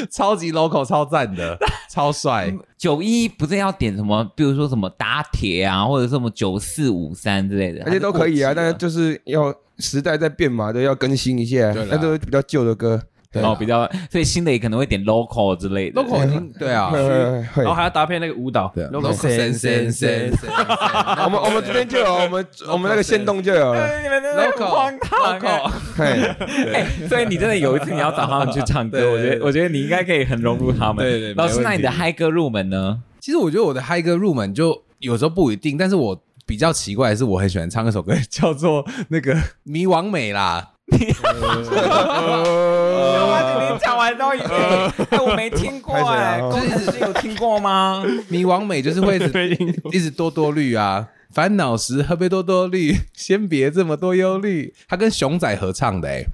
C: 超级 local 超赞 的，超帅。
D: 嗯
B: 九一不是要点什么？比如说什么打铁啊，或者什么九四五三之类的，
D: 而且都可以啊，但是
B: 就
D: 就是要时代在变嘛，都要更新一下
C: 对啦，
D: 那都是比较旧的歌。
C: 对啊
B: 哦比较，所以新的也可能会点 local 之类的。
C: local 已经对
B: 哎
C: 啊
D: 会。会会
E: 然后还要搭配那个舞蹈
C: 对啊
E: local sense- sense- sense-
D: 我们我们这边就有，我们我们那个线动就 有了。
B: 你们真的很
C: local
B: 荒唐欸
D: 啊
C: local，
D: 嘿，
B: 哎、所以你真的有一次你要找他们去唱歌，
C: 对
B: 我觉得我觉得你应该可以很融入他们。
C: 对对没
B: 老师，
C: 问题
B: 那你的嗨歌入门呢？
C: 其实我觉得我的嗨歌入门就有时候不一定，但是我比较奇怪的是，我很喜欢唱一首歌叫做那个 《迷惘美》啦。呃
B: 你讲完之后，哎，我没听过哎
D: 拍谁啊
C: 哦
B: 公子是有听过 吗？
C: 迷惘美就是 会一直一直多多虑啊，烦恼时喝杯多多虑，先别这么多忧虑。他跟熊仔合唱的哎、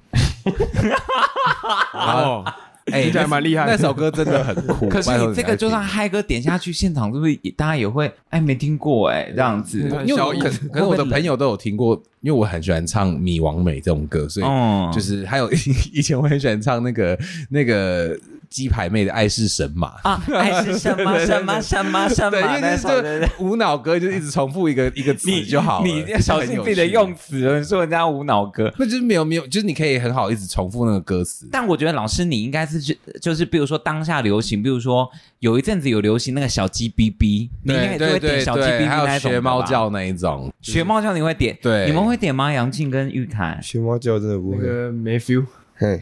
E: 哦，
C: 哎、
E: 听起来蛮厉害的
C: 那首歌真的很 酷。
B: 可是
C: 拜托
B: 你这个就算
C: 来
B: 嗨歌点下去，现场是不是也大家也会哎没听过哎这样子？
C: 听，因为我可可是我的朋友都有听过，因为我很喜欢唱《迷惘美》这种歌，所以
B: 哦
C: 就是还有 以前我很喜欢唱那个那个鸡排妹的《爱是神马》。
B: 啊，爱是什么什么什么什
C: 对，因
B: 么
C: 为
B: 那
C: 就是
B: 首
C: 这
B: 对
C: 个无脑歌，就是一直重复一 个一个词就好了。
B: 你要小心自己的用，词，你说人家无脑歌。
C: 那就是没有没有，就是你可以很好一直重复那个歌词。
B: 但我觉得老师你应该是去，就是比如说当下流行，比如说有一阵子有流行那个小鸡哔哔，你应该
C: 对
B: 也就
C: 对
B: 会点
C: 对
B: 小鸡哔
C: 对，
B: 哔
C: 还
B: 那
C: 有
B: 一种
C: 学
B: 的吧
C: 猫，叫那一种，
B: 学猫叫你会点，
C: 对
B: 你们会点吗？杨静跟玉凯，
D: 学猫叫真的不
E: 那
D: 会。
E: 个没 feel，
D: 嘿，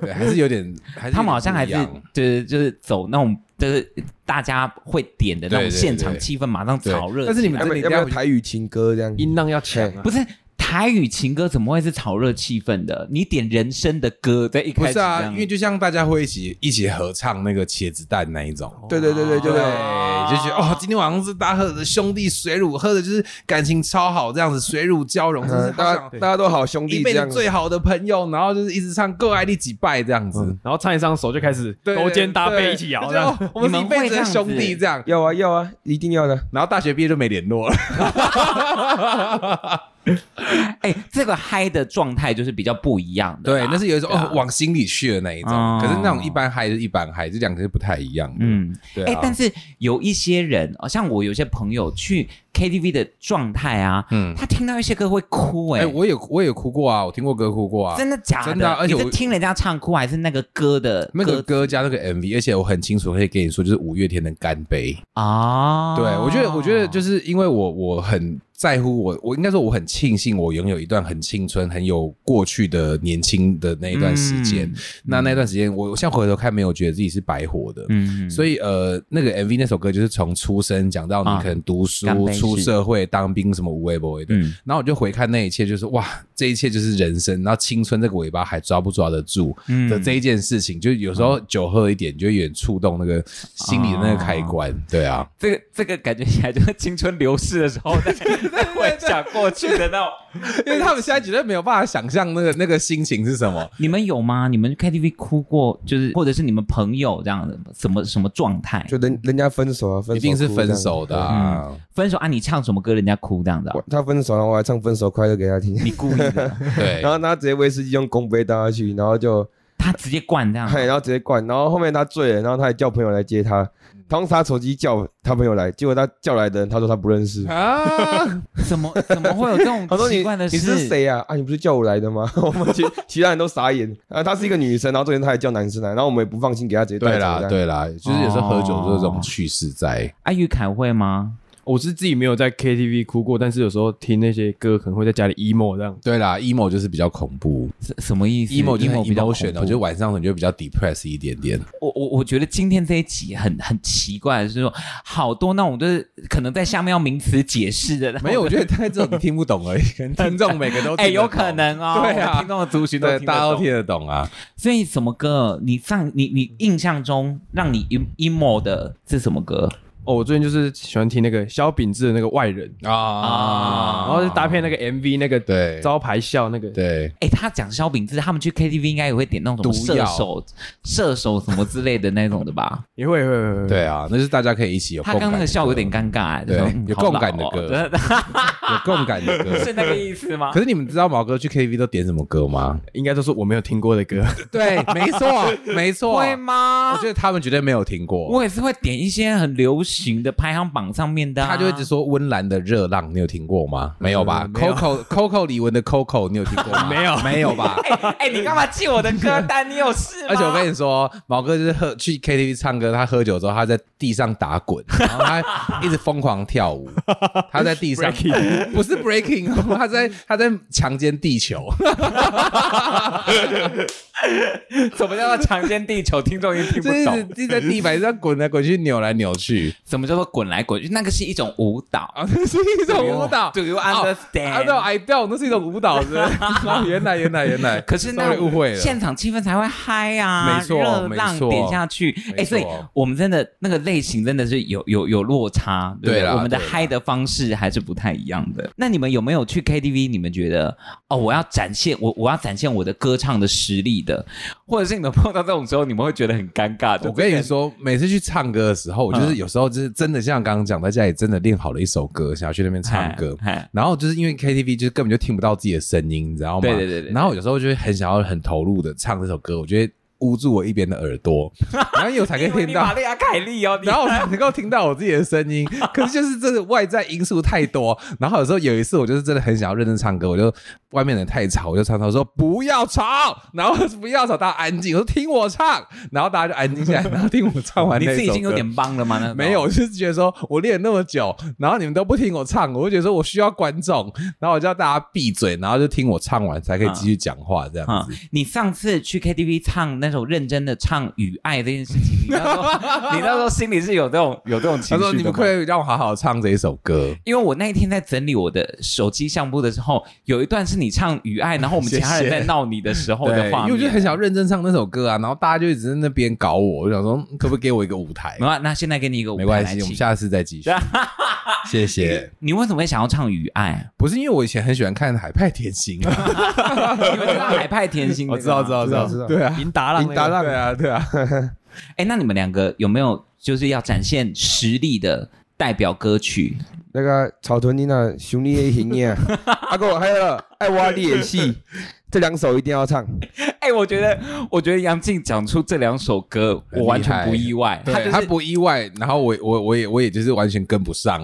C: 对，还是有点，还是
B: 他们好像还是
C: 有点不一样
B: 就是就是走那种就是大家会点的那
C: 对
B: 种
C: 对
B: 现场
C: 对
B: 气氛，马上
C: 对
B: 炒热起来，
C: 但是你们
D: 要
C: 真
D: 不
C: 的一
D: 要
C: 定
D: 不
C: 要
D: 要
C: 去
D: 台语情歌这样？
E: 音浪要强 啊。
B: 不是台语情歌怎么会是炒热气氛的？你点人生的歌在一
C: 不
B: 开始
C: 是
B: 这
C: 啊，
B: 样，
C: 因为就像大家会一起一起合唱那个茄子蛋那一种，
D: 对对对对对
C: 对，
D: 对。
C: 就觉得哦，今天晚上是大家喝的兄弟水乳，喝的就是感情超好，这样子水乳交 融，哦真是
D: 嗯
C: 好
D: 大
C: 想
D: 家大家都好兄
C: 一
D: 弟
C: 辈
D: 这
C: 子
D: 样，
C: 最好的朋友，然后就是一直唱够爱你几拜这样
D: 嗯
C: 子，
E: 然后唱一唱手就开始
C: 对
E: 勾肩搭背一起摇，这样，
C: 对就哦我们是一辈子的兄弟这样。
D: 要啊要啊，一定要的。
C: 然后大学毕业就没联络了，啊
B: 哎、这个嗨的状态就是比较不一样的啦。
C: 对，那是有一种
B: 对啊
C: 哦往心里去的那一种，
B: 哦
C: 可是那种一般嗨是一般嗨，这两个是不太一样的。嗯，
B: 嗯，
C: 对
B: 哎、
C: 啊
B: 但是有一些人，哦像我有些朋友去 KTV 的状态啊，
C: 嗯，
B: 他听到一些歌会哭哎、
C: 哎，我也我也哭过啊，我听过歌哭过啊，
B: 真的假的？
C: 真的啊而且
B: 你
C: 我
B: 是听人家唱哭，还是那个歌的
C: 那个
B: 歌
C: 歌加那个 MV，而且我很清楚可以跟你说，就是五月天的《干杯》
B: 啊？
C: 对我觉得，我觉得就是是因为我我很在乎我，我应该说我很庆幸我拥有一段很青春、很有过去的年轻的那一段时间。那那段时间，我我现在回头看，没有觉得自己是白活的。
B: 嗯
C: 所
B: 以
C: 以呃，那个 MV 那首歌就是从出生讲到
B: 啊
C: 你可能读书、
B: 干杯
C: 出
B: 是
C: 社会、当兵什么无微不微的，
B: 嗯
C: 然后我就回看那一切，就是哇，这一切就是人生，然后青春这个尾巴还抓不抓得住
B: 嗯
C: 的这一件事情，就是有时候酒喝一点，就有点触动那个心里的那个开关，对啊，
B: 这个这个感觉起来就是青春流逝的时候，在在回想过去的那种。
C: 因为他们现在绝对没有办法想象那个 那个心情是什么。
B: 你们有吗？你们 KTV 哭过，就是或者是你们朋友这样的什么什么状态？
D: 就人人家分手啊，分手
C: 一定是
D: 哭这样
C: 分手的、啊，
B: 分手啊，你唱什么歌，人家哭这样的啊、
D: 我他分手，然后我还唱《分手快乐》给他听，
B: 你 故意的，
C: 对
D: 然，后他直接威士忌用公杯倒下去，然后就，
B: 他直接灌这
C: 啊
B: 样。
D: 嘿，然后直接灌，然后后面他醉了，然后他还叫朋友来接他，当时他手机叫他朋友来，结果他叫来的人他说他不认识，
C: 啊，
B: 怎么怎么会有这种
D: 他说你
B: 奇怪的
D: 你
B: 事？
D: 是谁啊？啊，你不是叫我来的吗？ 我 们其其他人都傻眼，啊，她是一个女生，然后这个人她还叫男生来，然后我们也不放心给她直接带
C: 对
D: 走这
C: 啦，
D: 样，
C: 对哦啦，就是有时候喝酒就是这种趣事在。
B: 啊，玉凯会吗？
E: 我是自己没有在 KTV 哭过，但是有时候听那些歌可能会在家里 emo 这样。
C: 对啦，emo 就是比较恐怖
B: 什什么意思
C: ，emo 就是
B: 比较恐
C: emotion，
B: 怖
C: 我觉得晚上可能就比较 depress 一点点。
B: 我我我觉得今天这一集很很奇怪，就是说好多那种就是可能在下面要名词解释的，
C: 没有，我觉得大概这种你听不懂 而已，可能听众每个都听得懂
B: 哎、有可能 哦，
C: 对
B: 我们
C: 啊，
B: 听众的族群都
C: 对，
B: 听
C: 大家
B: 得
C: 都
B: 懂。
C: 听得懂啊。
B: 所以什么歌？你上你你印象中让你 emo 的是什么歌？
E: 哦，我最近就是喜欢听那个萧秉治的那个外人，
C: 啊
E: 然后就搭配那个 MV 那个
C: 对
E: 招牌笑那个，
C: 对，
B: 哎、他讲萧秉治，他们去 KTV 应该也会点那种什么
C: 毒
B: 射
C: 药
B: 手、射手什么之类的那种的吧？
E: 也会会会会
C: 对啊，那是大家可以一起 有
B: 他
C: 共
B: 刚
C: 感的
B: 刚那个笑有点
C: 歌
B: 尴尬、欸，
C: 对
B: 就说嗯
C: 有
B: 好老
C: 共感的
B: 哦
C: 歌
B: 真 的
C: 有共感的歌。
B: 是那个意思吗
C: 可？是你们知道毛哥去 KTV 都点什么歌吗？
E: 应该都是我没有听过的 歌。
C: 对，没错， 没错
B: 会吗
C: 我？觉得他们绝对没有听过。
B: 我也是会点一些很流行的排行榜上面的、啊，
C: 他就一 直说温岚的《热浪》，你有听过吗？没有吧
E: 嗯没有
C: ？Coco Coco 李玟的 Coco，你有听 过吗？没有，没有吧？
B: 哎、哎你干嘛记我的歌单？你有事吗？
C: 而且我跟你说，毛哥就是喝去 KTV 唱歌，他喝酒之后，他在地上打 滚，然后他一直疯狂跳舞，他在地上 不是 breaking，哦他在他在强奸地球，
B: 什么叫做强奸地球？听众也听不
C: 就是一
B: 懂。
C: 直一直在地板上滚来滚去，扭来 扭去，
B: 什么叫做滚来滚去？那个是一种舞蹈。哦
C: 啊，那是一种舞蹈
B: Do。you
C: 啊
B: understand？、
C: no, I don't，那是一种舞蹈，是 不是啊原来原来原来，
B: 可是那
C: Sorry，误会了。
B: 现场气氛才会嗨啊，
C: 没错
B: 热
C: 没
B: 浪
C: 错
B: 点下去，哎、
C: 没错
B: 所以我们真的那个类型真的是有有有落差，对不
C: 对啦
B: 我们的
C: 对啦
B: 嗨的方式还是不太一样的。那你们有没有去 KTV？你们觉得哦，我要展现我我要展现我的歌唱的实力的，或者是你们碰到这种时候，你们会觉得很尴尬的？
C: 我跟你说，每次去唱歌的时候，我
B: 嗯
C: 就是有时候就是真的像刚刚讲，在家里真的练好了一首歌，想要去那
B: 哎
C: 边唱歌。
B: 嗨嗨
C: 然后就是因为 KTV 就是根本就听不到自己的声音，你知道吗？
B: 嗯对对对对对
C: 然后有时候就会很想要很投入的唱这首歌，我就会捂住我一边的耳 朵，然后有才可以
B: 因为
C: 听
B: 你
C: 到
B: 玛。丽亚凯莉哦，你
C: 然后我才能够听到我自己的声音，可是就是真的外在因素太多。然后有时候有一次，我就是真的很想要认真唱歌，我就外面人太吵，我就常常说不要吵，然后不要吵，大家安静，我说听我唱，然后大家就安静下来，然后听我唱完
B: 你
C: 那
B: 自己已
C: 首
B: 经有
C: 歌
B: 点帮了吗？那时候
C: 没有，我 就是觉得说我练了那么久，然后你们都不听我唱，我就觉得说我需要观众，然后我叫大家闭嘴，然后就听我唱完才可以继续讲话这样
B: 啊、
C: 子。
B: 你上次去 KTV 唱那首认真的唱《雨爱》这件事 情，你那时候你那时候心里是有这种有这种情
C: 他
B: 绪的
C: 说：“
B: 吗
C: 你们可以让我好好唱这一首歌。
B: 因为我那一天在整理我的手机相簿的时候，有一段是你唱《雨爱》，然后我们其他人
C: 谢谢
B: 在闹你的时”候
C: 对，
B: 的画
C: 因为我就
B: 面。
C: 很想认真唱那首歌啊，然后大家就一直在那边搞我，我就想说嗯可不可以给我一 个舞台
B: 没？关，那现在给你一个舞
C: 没
B: 台
C: 关
B: 来
C: 系，
B: 起
C: 我们下次 再继续。谢谢。
B: 你为什么会想要唱《雨爱
C: 不是因为我以前很喜欢看《海派甜心》啊，》？
B: 你们知道海派甜 心？啊
C: 我知道知。道知道
D: 知道
C: 对啊，
E: 林达浪，
D: 林达浪
C: 对啊对啊，
B: 哎，那你们两个有没有就是要展现实力的代表歌曲？
D: 那个草屯妮娜熊丽的行业，阿啊哥还有爱挖 你演戏，这两首一定要唱。
B: 哎、我觉得，我觉得杨静讲出这两首歌，
C: 很
B: 我完
C: 厉害
B: 全不意外。他就
C: 对
B: 是
C: 他不意外，然后我我我也我也就是完全跟不上，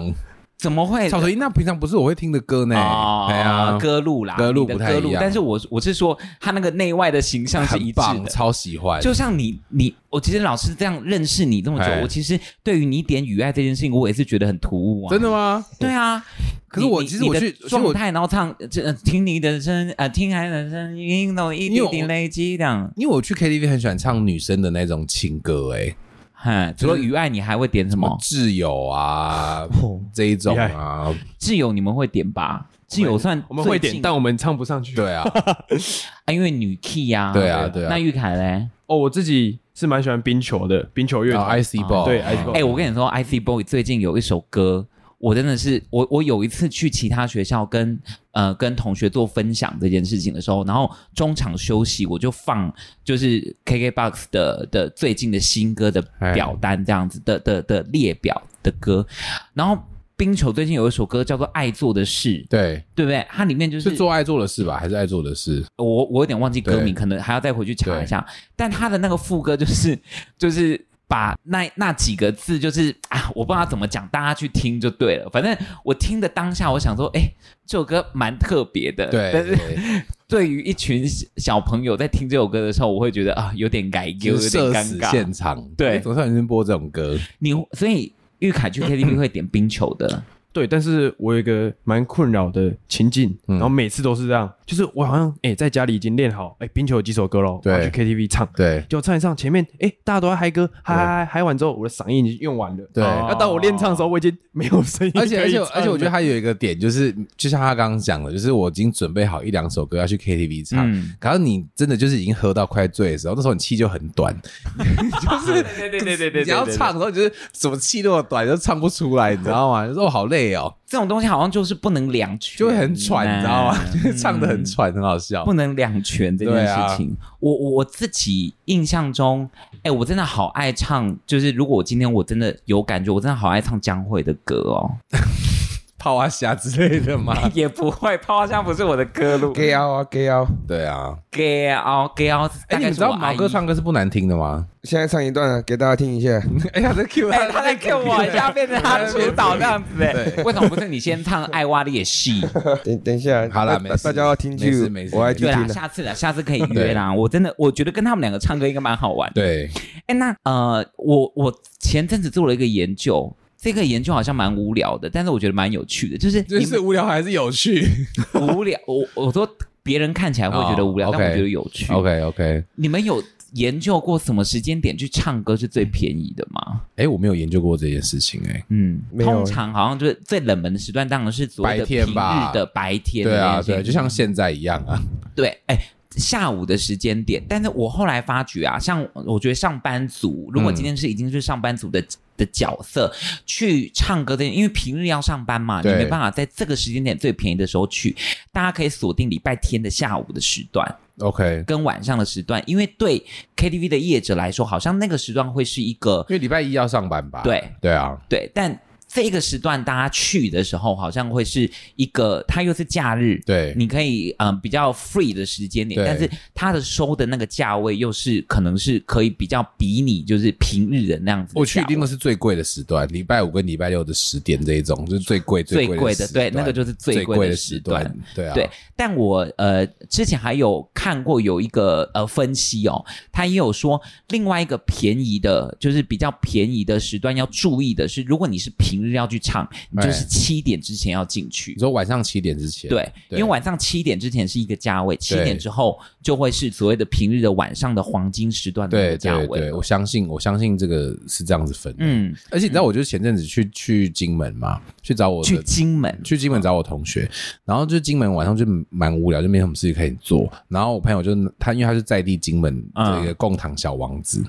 B: 怎么会？啊
C: 草头音那平常不是我会听的歌呢，
B: 哦
C: 哎呀，
B: 歌路啦，
C: 歌路
B: 你的
C: 不太一
B: 歌路
C: 样
B: 但是我我是说，他那个内外的形象是一
C: 很
B: 致的，
C: 棒，超喜欢，
B: 就像你，你我其实老师这样认识你这么久
C: 哎，
B: 我其实对于你点语爱这件事情，我也是觉得很突兀啊。
C: 真的吗？
B: 对啊，
C: 可是
B: 你
C: 我
B: 你
C: 其实
B: 你
C: 我
B: 的
C: 去其实
B: 状
C: 我
B: 态，然后唱这呃听你的声啊，听海的声音，那种一
C: 因为
B: 点
C: 我
B: 点累积这样。
C: 因为我去 KTV 很喜欢唱女生的那种情歌、哎，
B: 嗨，除了语爱，你还会点什
C: 什么
B: 么？
C: 挚友啊、这一种啊，
B: 挚友你们会点吧？挚友算
E: 我们会
B: 最
E: 点，
B: 近
E: 但我们唱不上 去。
C: 对啊，
B: 啊，因为女 key 呀。
C: 对啊对啊
B: 那玉凯嘞？
E: 哦，我自己是蛮喜欢冰球的，冰球乐
C: 然后
E: 团。
C: IC Ball，嗯
E: 对，IC Ball
B: 哎，我跟你说，IC Boy 最近有一首歌，我真的是我我有一次去其他学校跟呃跟同学做分享这件事情的时候，然后中场休息我就放就是 KKBOX 的的最近的新歌的表单这样子的的的列表的歌，然后冰球最近有一首歌叫做《爱做的事》，
C: 对，
B: 对不对？它里面就是
C: 是做爱做的事吧？还是爱做的事？
B: 我我有点忘记歌
C: 对
B: 名，可能还要再回去查一下。 但他的那个副歌就是就是把那那几个字就是啊，我不知道怎么讲，大家去听就对了。反正我听的当下，我想说，哎，这首歌蛮特别的。呃
C: 对，
B: 但是
C: 对
B: 对于一群小朋友在听这首歌的时候，我会觉得啊，有点改
C: 就
B: 丢，
C: 是
B: 有点
C: 社
B: 尴
C: 死现
B: 尬。
C: 场，
B: 对
C: 总算有人播这种歌，
B: 你所以玉凯去 KTV 会点冰球的，
E: 对，但是我有一个蛮困扰的情境，
C: 嗯
E: 然后每次都是这样，就是我好像哎、在家里已经练好哎、冰球有几首歌咯，我
C: 对
E: 要去 KTV 唱，
C: 对
E: 就唱一唱，前面哎、大家都在嗨歌，嗨嗨嗨嗨完之后，我的嗓音已经用完了，
C: 对。
E: 那到我练唱的时候，我已经没有声音可
C: 而
E: 以
C: 且
E: 唱了，
C: 而且而且，我觉得还有一个点就是，就像他刚刚讲的，就是我已经准备好一两首歌要去 KTV 唱，
B: 嗯
C: 可是你真的就是已经喝到快醉的时候，那时候你气就很短，
B: 就是对对对对
C: 你要唱的时候就是怎么气那么短，就唱不出来，你知道 吗？就说哦好累哦，
B: 这种东西，好像就是不能两全，
C: 就会很喘，你知道吗？
B: 嗯
C: 就是 唱的很喘，很好笑
B: 不。能两全这件事情。我我我自己印象中，哎、我真的好爱唱，就是如果我今天我真的有感觉，我真的好爱唱江蕙的歌哦，
C: 泡啊虾之类的嘛。
B: 也不会，泡泡香不是我的歌路
D: gay 啊啊 gay 啊！
C: 对啊，
B: ，gay 哦 gay 哦，大
C: 哎，你
B: 概
C: 们
B: 是
C: 知
B: 我
C: 道毛哥
B: 阿姨
C: 唱。歌是不难听的吗？
D: 现在唱一段啊，给大家听一下。
C: 哎呀，这 Q
B: 哎、 他在 Q 我一下，变成他主导这样子哎、
C: 对
B: 为什么不是你先唱《爱挖的也 戏》？
D: 等等一下，
C: 好啦
D: 大
C: 没事
D: 大家要听
C: 没
D: 去
C: 事没，事
D: 我爱去
B: 对啦，
D: 听的。
B: 下次啦，下次可以约啦。我真的，我觉得跟他们两个唱歌应该蛮好玩的。
C: 对，
B: 哎，那呃，我我前阵子做了一个研究，这个研究好像蛮无聊的，但是我觉得蛮有趣的，就是
C: 就
B: 你
C: 是
B: 们
C: 无聊还是有趣
B: 无聊。我我说别人看起来会觉得无聊，
C: 哦
B: 但我
C: OK
B: 觉得有 趣。
C: ？OK OK，
B: 你们有研究过什么时间点去唱歌是最便宜的吗？
C: 哎，我没有研究过这件事情，哎，
B: 嗯，
D: 没有
B: 通常好像就是最冷门的时段，当然是所谓的
C: 白天
B: 平
C: 吧
B: 日的白天的
C: 对啊
B: 那些
C: 对，就像现在一样啊，
B: 对，哎、下午的时间点，但是我后来发觉啊，像我觉得上班族，如果
C: 嗯
B: 今天是已经是上班族的、的角色去唱歌的，因为平日要上班嘛，你
C: 对
B: 没办法在这个时间点最便宜的时候去，大家可以锁定礼拜天的下午的时段
C: OK，
B: 跟晚上的时段，因为对 KTV 的业者来说，好像那个时段会是一个
C: 因为礼拜一要上班吧？
B: 对
C: 对啊，
B: 对，但这个时段大家去的时候，好像会是一个，它又是假日，
C: 对
B: 你可以嗯、呃比较 free 的时间点
C: 对，
B: 但是它的收的那个价位又是可能是可以比较比你就是平日的那样子的
C: 我去
B: 价
C: 一
B: 位，
C: 定都是最贵的时段，礼拜五跟礼拜六的十点这一种，就是最贵
B: 最
C: 贵
B: 贵
C: 的
B: 的，
C: 时
B: 对，
C: 段，
B: 那个就是
C: 最
B: 最贵
C: 的
B: 的
C: 时
B: 时
C: 段
B: 段。，
C: 对啊，
B: 对，但我呃之前还有看过有一个呃分析哦，他也有说另外一个便宜的，就是比较便宜的时段要注意的是，如果你是平日要去唱，你就是
C: 哎
B: 七点之前要进去
C: 你。说晚上七点之前，
B: 对，因为晚上七点之前是一个价位，七点之后就会是所谓的平日的晚上的黄金时段的一
C: 对
B: 个价
C: 对
B: 位
C: 对，。我相信我相信这个是这样子分的。
B: 嗯，
C: 而且你知道，我就是前阵子去去金门嘛，去找我的
B: 去金门，
C: 去金门找我同学，然后就金门晚上就蛮无聊，就没什么事情可以做。然后我朋友就他，因为他是在地金门
B: 嗯
C: 的一个贡堂小王子，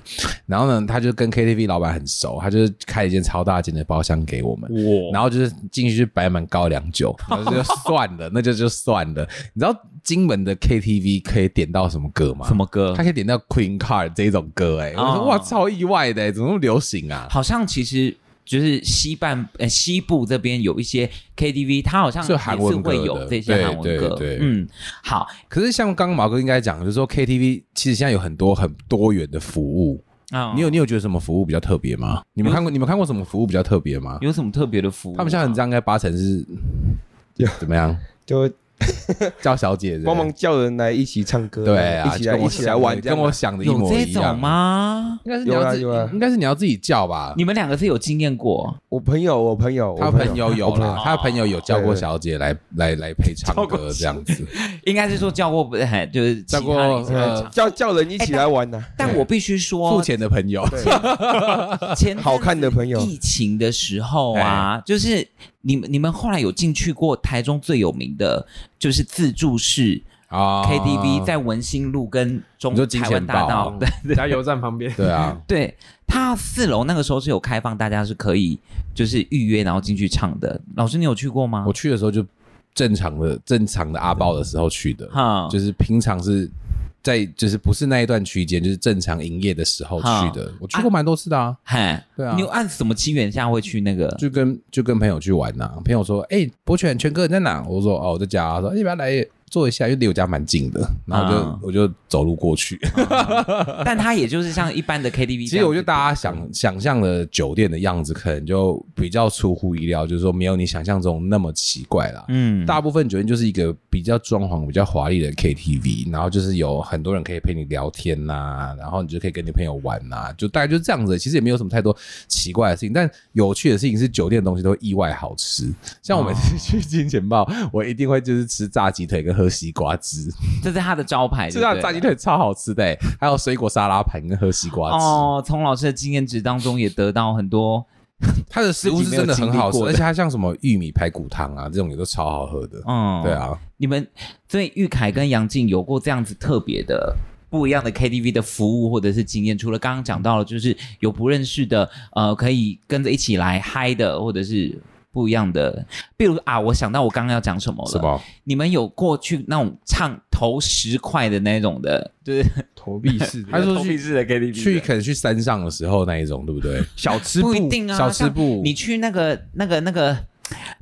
C: 然后呢，他就跟 KTV 老板很熟，他就是开了一间超大间的包厢给我们，
B: 哇，
C: 然后就是进去就摆满高粱酒，然后就算了，那就就算了。你知道金门的 KTV 可以点到什么歌吗？
B: 什？么歌
C: 他？可以点到 Queen Card 这一种歌、哎、我说
B: 哦
C: 哇，超意外的、欸怎么那么流行啊？
B: 好像其实就是西半呃西部这边有一些 KTV，它好像
C: 是
B: 也
C: 韩
B: 是
C: 文歌
B: 会
C: 的
B: 有这些
C: 对
B: 韩文歌。
C: 对对
B: 嗯，好，
C: 可是像刚刚毛哥应该讲，就是说 KTV 其实现在有很多很多元的服务，
B: 啊
C: 你有你有觉得什么服务比较特别吗？你们看过你们看过什么服务比较特别吗？
B: 有什么特别的服务？
C: 他们像你这样，应该八成是
D: 有
C: 怎么 样
D: 就
C: 叫小姐的
D: 帮忙叫人来一起唱歌，
C: 对啊，
D: 一起来
C: 跟我
D: 一起来
C: 想的
D: 玩这样
C: 跟
D: 啊，
C: 我想的一
B: 有
C: 模
B: 这
C: 一样
B: 种？吗？
C: 应该是你要自
D: 有啊有啊
C: 应该是你要自己叫吧？
B: 你们两个是有经验过？
D: 我朋友，我朋友，
C: 他
D: 我
C: 朋友有
D: 我朋
C: 啦，他朋友有叫过
D: 对对
C: 小姐来来来陪唱
B: 叫
C: 歌
B: 过
C: 这样子，
B: 应该是说叫过不是，嘿就是其他
C: 叫过
B: 人
C: 呃
D: 叫叫人一起来玩呐，
B: 但我必须说，
C: 付钱的朋友，
B: 前阵子
D: 好看的朋友
C: 哦
B: 疫情的时候
C: 哎
B: 啊，就是你们你们后来有进去过台中最有名的就是自助式
C: 啊
B: KTV，、在文心路跟中
C: 你说金
B: 台
C: 钱
B: 湾大
C: 豹
B: 道，对
E: 加油站旁边。
C: 对啊，
B: 对，它四楼那个时候是有开放，大家是可以就是预约然后进去唱的。老师，你有去过吗
C: 我？去的时候就正常的正常的阿豹的时候去的，
B: 哈
C: 就是平常是在就是不是那一段区间，就是正常营业的时候去的。我去过蛮多次的啊，
B: 嗨，
C: 对啊
B: 你有按什么机缘下会去那个？
C: 就跟就跟朋友去玩呐、朋友说：“哎、博泉全哥你在哪？”我说：“哦，我在家、啊。”说：“哎要不要来坐一下？因为离我家蛮近的。”然后我就、
B: 啊
C: 我就走路过去。
B: 但它也就是像一般的 KTV，
C: 其实我
B: 就
C: 觉得大家想想象的酒店的样子，可能就比较出乎意料，就是说没有你想象中那么奇怪啦。
B: 嗯
C: 大部分酒店就是一个比较装潢比较华丽的 KTV，然后就是有很多人可以陪你聊天呐、然后你就可以跟你朋友玩呐、就大概就是这样子。其实也没有什么太多奇怪的事情，但有趣的事情是酒店的东西都会意外好吃。像
B: 哦
C: 我每次 去金钱豹，我一定会就是吃炸鸡腿跟喝西瓜汁，
B: 这是它的招牌，
C: 吃
B: 哎对不啊对
C: 到炸鸡腿超好吃的欸、还有水果沙拉盘跟喝西瓜汁。
B: 哦，从老师的经验值当中也得到很多
C: 它的食物是真的很好
B: 自己没有经历
C: 吃，
B: 过的
C: 而且它像什么玉米排骨汤啊这种也都超好喝的。
B: 嗯，
C: 对，啊，
B: 你们所以玉凯跟杨静有过这样子特别的。不一样的 KTV 的服务或者是经验，除了刚刚讲到了，就是有不认识的，呃，可以跟着一起来嗨的，或者是不一样的。比如啊，我想到我刚刚要讲什么了。
C: 什？么？
B: 你们有过去那种唱投十块的那种的，就是
E: 投币式的，
C: 他说去
E: 式的 KTV
C: 去可能去山上的时候那一种，对不 对？
E: 小吃
B: 不一定啊。
C: 小吃
B: 像
C: 部，
B: 你去那个那个那个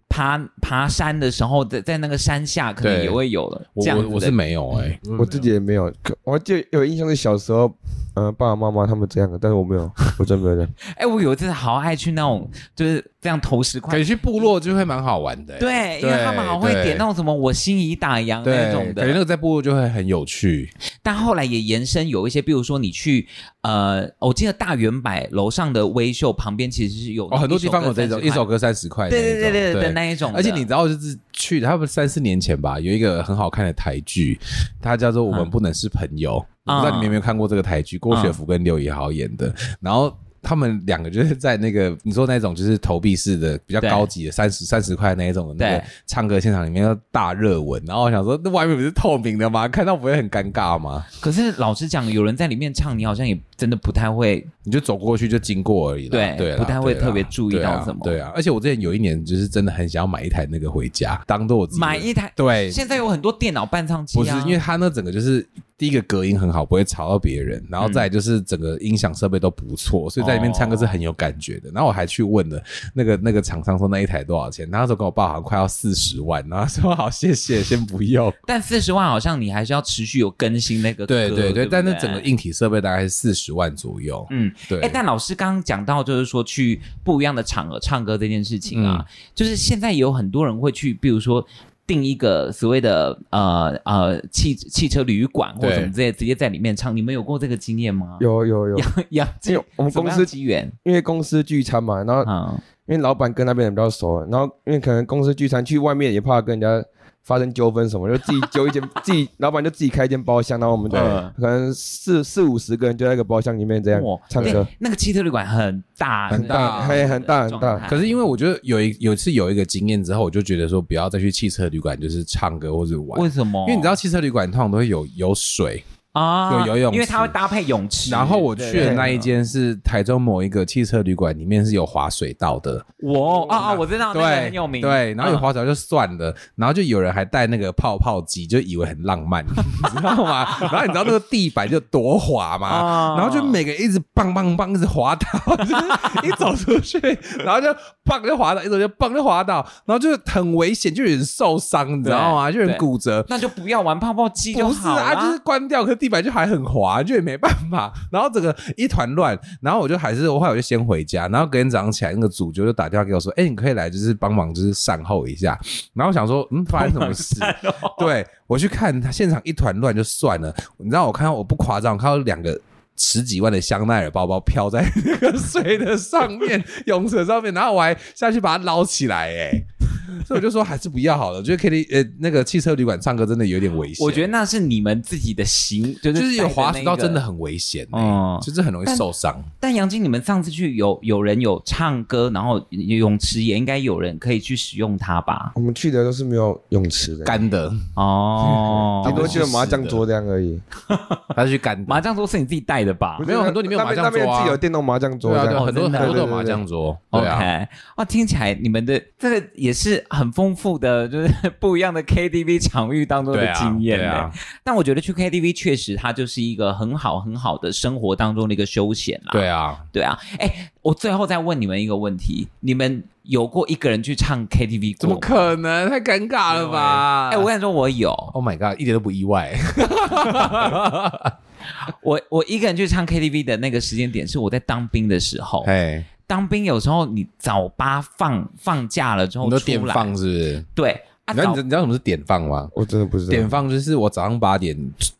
B: 爬爬山的时候，在在那个山下可能
C: 对
B: 也会有了
C: 我
B: 这样子的嗯
C: 我我是没有哎，
D: 我自己也没有，可我就有印象是小时候，呃，爸爸妈妈他们这样的，但是我没 有，我真没有这样。
B: 哎、我有一次好爱去那种，就是这样投十
C: 可
B: 块
C: 以。去部落就会蛮好玩的欸。
B: 对，因为他们好会点那种什么“我心已打烊”那
C: 对
B: 种
C: 可能那
B: 的，
C: 个在部落就会很有趣。
B: 但后来也延伸有一些，比如说你去呃，我记得大圆柏楼上的微秀旁边其实是有
C: 哦，很多地方有这
B: 这
C: 种一首歌三十块那一
B: 对
C: 种，
B: 对对对对的那一种的，啊
C: 而且你知道，就是去他们三四年前吧，有一个很好看的台剧，它叫做《我们不能是朋友》。
B: 嗯
C: 我不知道你们有没有看过这个台剧，郭雪芙跟刘以豪演的。然后他们两个就是在那个你说那种就是投币式的比较
B: 对
C: 高级的三十三十块那一种的那个
B: 对
C: 唱歌现场里面要大热吻。然后我想说，那外面不是透明的吗？看到不会很尴尬吗？
B: 可是老实讲，有人在里面唱，你好像也真的不太会
C: 你就走过去就经过而已啦，
B: 对
C: 对啦，
B: 不太会
C: 对啦
B: 特别注意到
C: 对啊
B: 什么
C: 对啊，而且我之前有一年就是真的很想要买一台那个回家，当做我自己的
B: 买一台。
C: 对
B: 现在有很多电脑伴唱机、啊，
C: 不是，因为它那整个就是第一个隔音很好，不会吵到别人，然后再来就是整个音响设备都不错，所以在里面唱歌是很有感觉的。然后我还去问了那个那个厂商说那一台多少钱，他那时候跟我报好像快要四十万，然后他说好谢 谢，先不用。
B: 但四十万好像你还是要持续有更新那个歌，
C: 对
B: 对
C: 对
B: 不
C: 对，
B: 对，
C: 但那整个硬体设备大概是四十万左右。
B: 嗯，
C: 对
B: 哎、，但老师刚刚讲到，就是说去不一样的场合唱歌这件事情啊，
C: 嗯
B: 就是现在也有很多人会去，比如说订一个所谓的呃呃汽汽车旅馆或
C: 对
B: 什么之类，直接在里面唱。你们有过这个经验吗？
D: 有有有，
B: 杨
D: 因
B: 杨
D: 为我们
B: 怎么
D: 公
B: 样
D: 司
B: 机缘
D: 因为公司聚餐嘛，然后
B: 啊，
D: 因为老板跟那边人比较熟，然后因为可能公司聚餐去外面也怕跟人家发生纠纷什么，就自己揪一 间，自己老板就自己开一间包厢，然后我们
B: 对
D: 可能四四五十个人就在一个包厢里面这样
B: 哇
D: 啊唱歌，
B: 对那个汽车旅馆很大
C: 很大
D: 嘿很大很大
C: 可是因为我觉得有一有一次有一个经验之后，我就觉得说不要再去汽车旅馆就是唱歌或者玩，
B: 为什么？
C: 因为你知道汽车旅馆通常都会有有水，
B: 啊，
C: 有游泳池
B: 因为它会搭配泳池。
C: 然后我去的
B: 对
C: 那一，间是台中某一个汽车旅馆，里面是有滑水道的，
B: 我啊啊，我知道那个
C: 对
B: 很有，名，
C: 对，然后有
B: 嗯
C: 滑水道就算了，然后就有人还带那个泡泡机，就以为很浪 漫，你知道吗？然后你知道那个地板就多滑吗？
B: 啊
C: 然后就每个人一直棒棒棒，一直滑倒，就是一走出 去，然后就棒就滑倒，一走就棒就滑倒，然后就很危险，就有人受伤，你知道吗？就有人
B: 对
C: 骨折，
B: 那就不要玩泡泡机就
C: 不是啊
B: 好啦
C: 啊，就是关掉，可是地板就还很滑，就也没办法，然后整个一团乱，然后我就还是我后来我就先回家，然后隔天早上起来，那个主角就打电话给我说，哎、你可以来就是帮忙就是善后一下，然后我想说，嗯，发生什 么事？对我去看他现场一团乱就算了，你知道我看到我不夸张，我看到两个。十几万的香奈儿包包飘在那个水的上面， 泳池上面，然后我还下去把它捞起来、哎，所以我就说还是不要好了。我觉得 K T 呃那个汽车旅馆唱歌真的有点危险，
B: 我觉得那是你们自己的行，就
C: 就是是有滑水道真的
B: 很。
C: 很危险、哎
B: 嗯
C: 就是很容易受伤。
B: 但杨晶，你们上次去有有人有唱歌，然后泳池也应该有人可以去使用它吧？
D: 我们去的都是没有泳池的，
C: 干的，
B: 哦，
D: 顶多
C: 去
D: 就有麻将桌这样而已。
C: 他是去干
B: 麻
C: 的，
B: 将桌是你自己带的吧
D: 不是
E: 没有很多里面有麻将
D: 那边
E: 桌
D: 那边
E: 啊
D: 自己有电动麻将桌
E: 对
D: 这
E: 啊，对啊，
D: 样。哦
E: 很多
B: 真的
E: 很多都有
D: 对对对
E: 麻将桌，
C: 对啊
B: OK，哇，听起来你们的这个也是很丰富的，就是 不一样的 KTV 场域当中
C: 对
B: 的
C: 啊
B: 经验、欸
C: 对啊
B: 但我觉得去 KTV 确实它就是一个很好很好的生活当中的一个休闲啦。
C: 对啊，
B: 对啊，哎、我最后再问你们一个问题：你们有过一个人去唱 KTV 过
C: 怎
B: 吗
C: 么？可啊能？太尴尬了吧？
B: 哎、我跟你说，我有，
C: Oh my god，一点都不意外。
B: 我我一个人去唱 KTV 的那个时间点是我在当兵的时候。
C: 哎，
B: 当兵有时候你早八放放假了之后
C: 你
B: 出
C: 都
B: 来，
C: 点放是不是？
B: 对啊
C: 你知
B: 早
C: 道你知你知道什么是点放吗？
D: 我真的不知道。
C: 点放就是我早上八点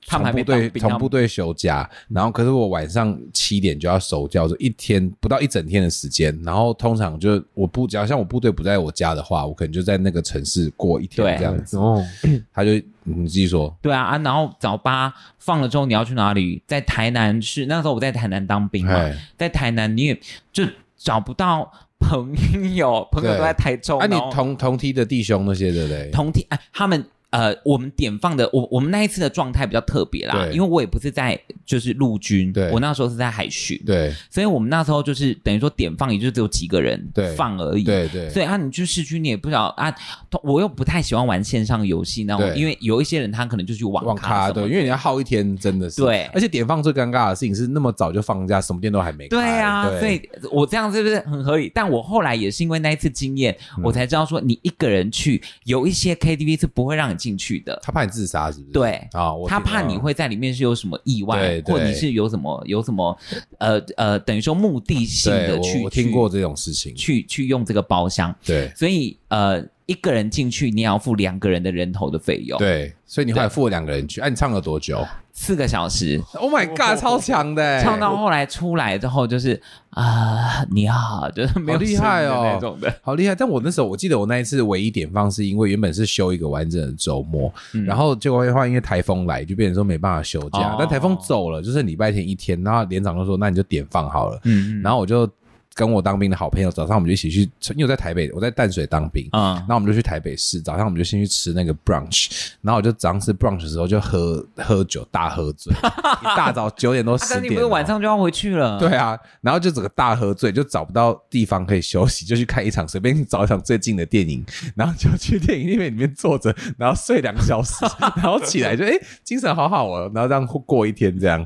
B: 他们
C: 从
B: 还
C: 部
B: 没
C: 队
B: 当兵他
C: 从
B: 们
C: 部队休假，然后可是我晚上七点就要守觉，就一天不到一整天的时间。然后通常就我不只要像我部队不在我家的话，我可能就在那个城市过一天
B: 对
C: 这样子。
E: 哦，
C: 他就你自己说，
B: 对啊啊，然后早八放了之后你要去哪里？在台南市，那时候我在台南当兵嘛
C: 哎，，
B: 在台南你也就找不到朋友，朋友都在台中。
C: 啊，你
B: 然后
C: 同同梯的弟兄那些对不对？
B: 同梯哎，他们呃，我们点放的，我我们那一次的状态比较特别啦，
C: 对
B: 因为我也不是在就是陆军
C: 对，
B: 我那时候是在海巡，
C: 对
B: 所以我们那时候就是等于说点放，也就只有几个人
C: 对
B: 放而已。
C: 对对
B: 所以啊，你去市区你也不知道啊，同我又不太喜欢玩线上游戏那种
C: 对，
B: 因为有一些人他可能就去网
C: 网咖
B: 咖什
C: 对，
B: 么的
C: 因为你要耗一天，真的是
B: 对
C: 而且点放最尴尬的事情是那么早就放假，什么店都还没开。
B: 对啊，所
C: 对
B: 以我这样是不是很合理？但我后来也是因为那一次经验，
C: 嗯
B: 我才知道说你一个人去，有一些 KTV 是不会让你进去的。
C: 他怕你自杀是不是？
B: 对
C: 啊，我
B: 他
C: 听
B: 怕
C: 到
B: 你会在里面是有什么意外
C: 对，对
B: 或你是有什么有什么呃呃，等于说目的性
C: 对
B: 的
C: 我
B: 去
C: 我听过这种事情。
B: 去去用这个包厢，
C: 对
B: 所以呃，一个人进去你也要付两个人的人头的费用，，
C: 哦对，所以你后来付了两个人去，哎、你唱了多久
B: 四个小时，
C: ？Oh my god，超强的、欸，
B: 唱到后来出来之后就是啊、你好，就是没有
C: 好厉害哦
B: 声音的那种的，
C: 好厉害！但我那时候我记得我那一次唯一点放是因为原本是休一个完整的周末，
B: 嗯
C: 然后结果的话因为台风来就变成说没办法休假，
B: 哦
C: 但台风走了就是礼拜天一天，然后连长就说那你就点放好了，
B: 嗯
C: 然后我就跟我当兵的好朋友早上我们就一起去，因为我在台北，我在淡水当兵，
B: 啊
C: 那我们就去台北市，早上我们就先去吃那个 brunch，然后我就早上吃 brunch 的时候就喝喝酒，大喝醉，一大早九点多
B: 啊
C: 十
B: 但
C: 点、哦
B: 你不是晚。上就要回去了？
C: 对啊，然后就整个大喝醉，就找不到地方可以休息，就去看一场随便找一场最近的电影，然后就去电影院里面坐着，然后睡两个小时，然后起来就哎、诶精神好好哦，然后这样过一天这样。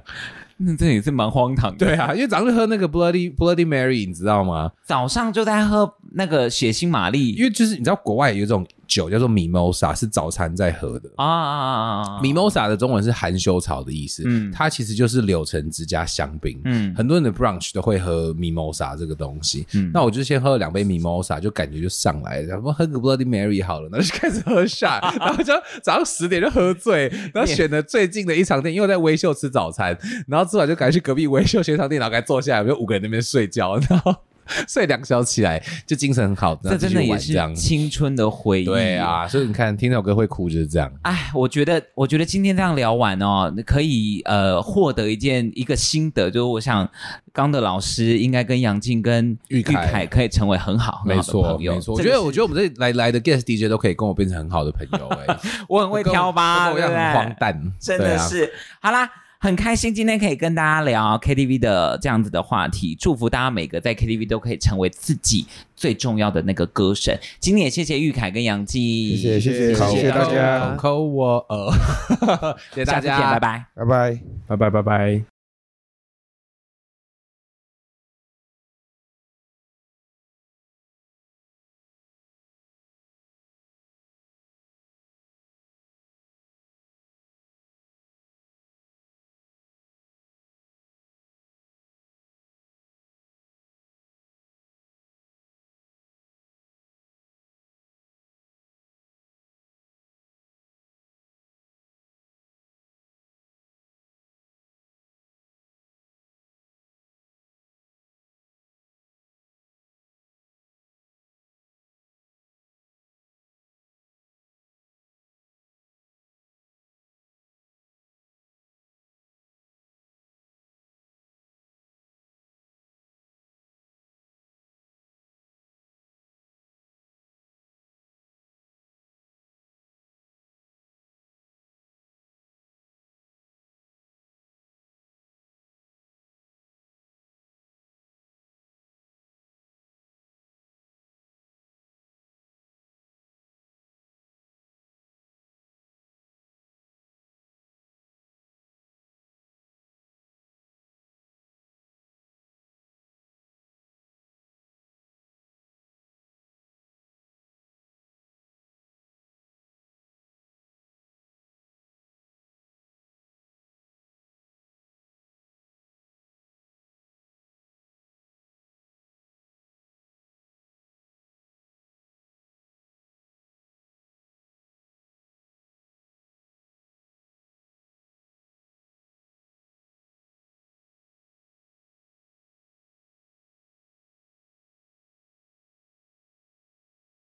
B: 嗯，这也是蛮荒唐的。
C: 对啊，因为早上就喝那个 bloody bloody Mary，你知道吗？
B: 早上就在喝那个血腥玛丽
C: 因为就是你知道国外有一种酒叫做 mimosa，是早餐在喝的。
B: 啊啊啊
C: 哦
B: 啊啊！
C: Mimosa 的中文是含羞草的意思，
B: 嗯
C: 它其实就是柳橙汁加香槟。
B: 嗯
C: 很多人的 brunch 都会喝 mimosa 这个东西，
B: 嗯
C: 那我就先喝了两杯 mimosa，就感觉就上来了，然后喝个 bloody mary 好了，然后就开始喝 shot，然后就早上十点就喝醉，然后选了最近的一场店，因为我在微秀吃早餐，然后吃完就赶去隔壁微秀学堂店，然后赶紧坐下来，我们就五个人在那边睡觉，然后睡两个小时起来就精神很好，然
B: 这
C: 后继
B: 真
C: 续
B: 的也
C: 玩这样
B: 是青春的回忆。
C: 对，啊，所以你看听这首歌会哭就是这样。
B: 哎，我觉得，我觉得今天这样聊完哦，可以呃获得一件一个心得，就是我想刚的老师应该跟杨静跟
C: 玉凯
B: 凯可以成为很好很
C: 没
B: 好的
C: 错，
B: 朋友。
C: 没错。我
B: 这
C: 觉
B: 个
C: 得，
B: 是
C: 我觉得我们这来来的 guest DJ 都可以跟我变成很好的朋 友哎、
B: 我很会挑吧，
C: 跟我
B: 对
C: 跟
B: 不
C: 我一样很荒
B: 对？
C: 诞，
B: 真
C: 对
B: 的
C: 啊。
B: 是，好啦。很开心今天可以跟大家聊啊 KTV 的这样子的话题，祝福大家每个在 KTV 都可以成为自己最重要的那个歌神。今天也谢谢玉凯跟杨
D: 谢
B: 静，
D: 谢谢谢谢谢大家，
C: 口口我呃，谢谢
B: 下
C: 大
B: 次见，
C: 家，
B: 拜拜。
D: 拜拜。
E: 拜拜拜拜。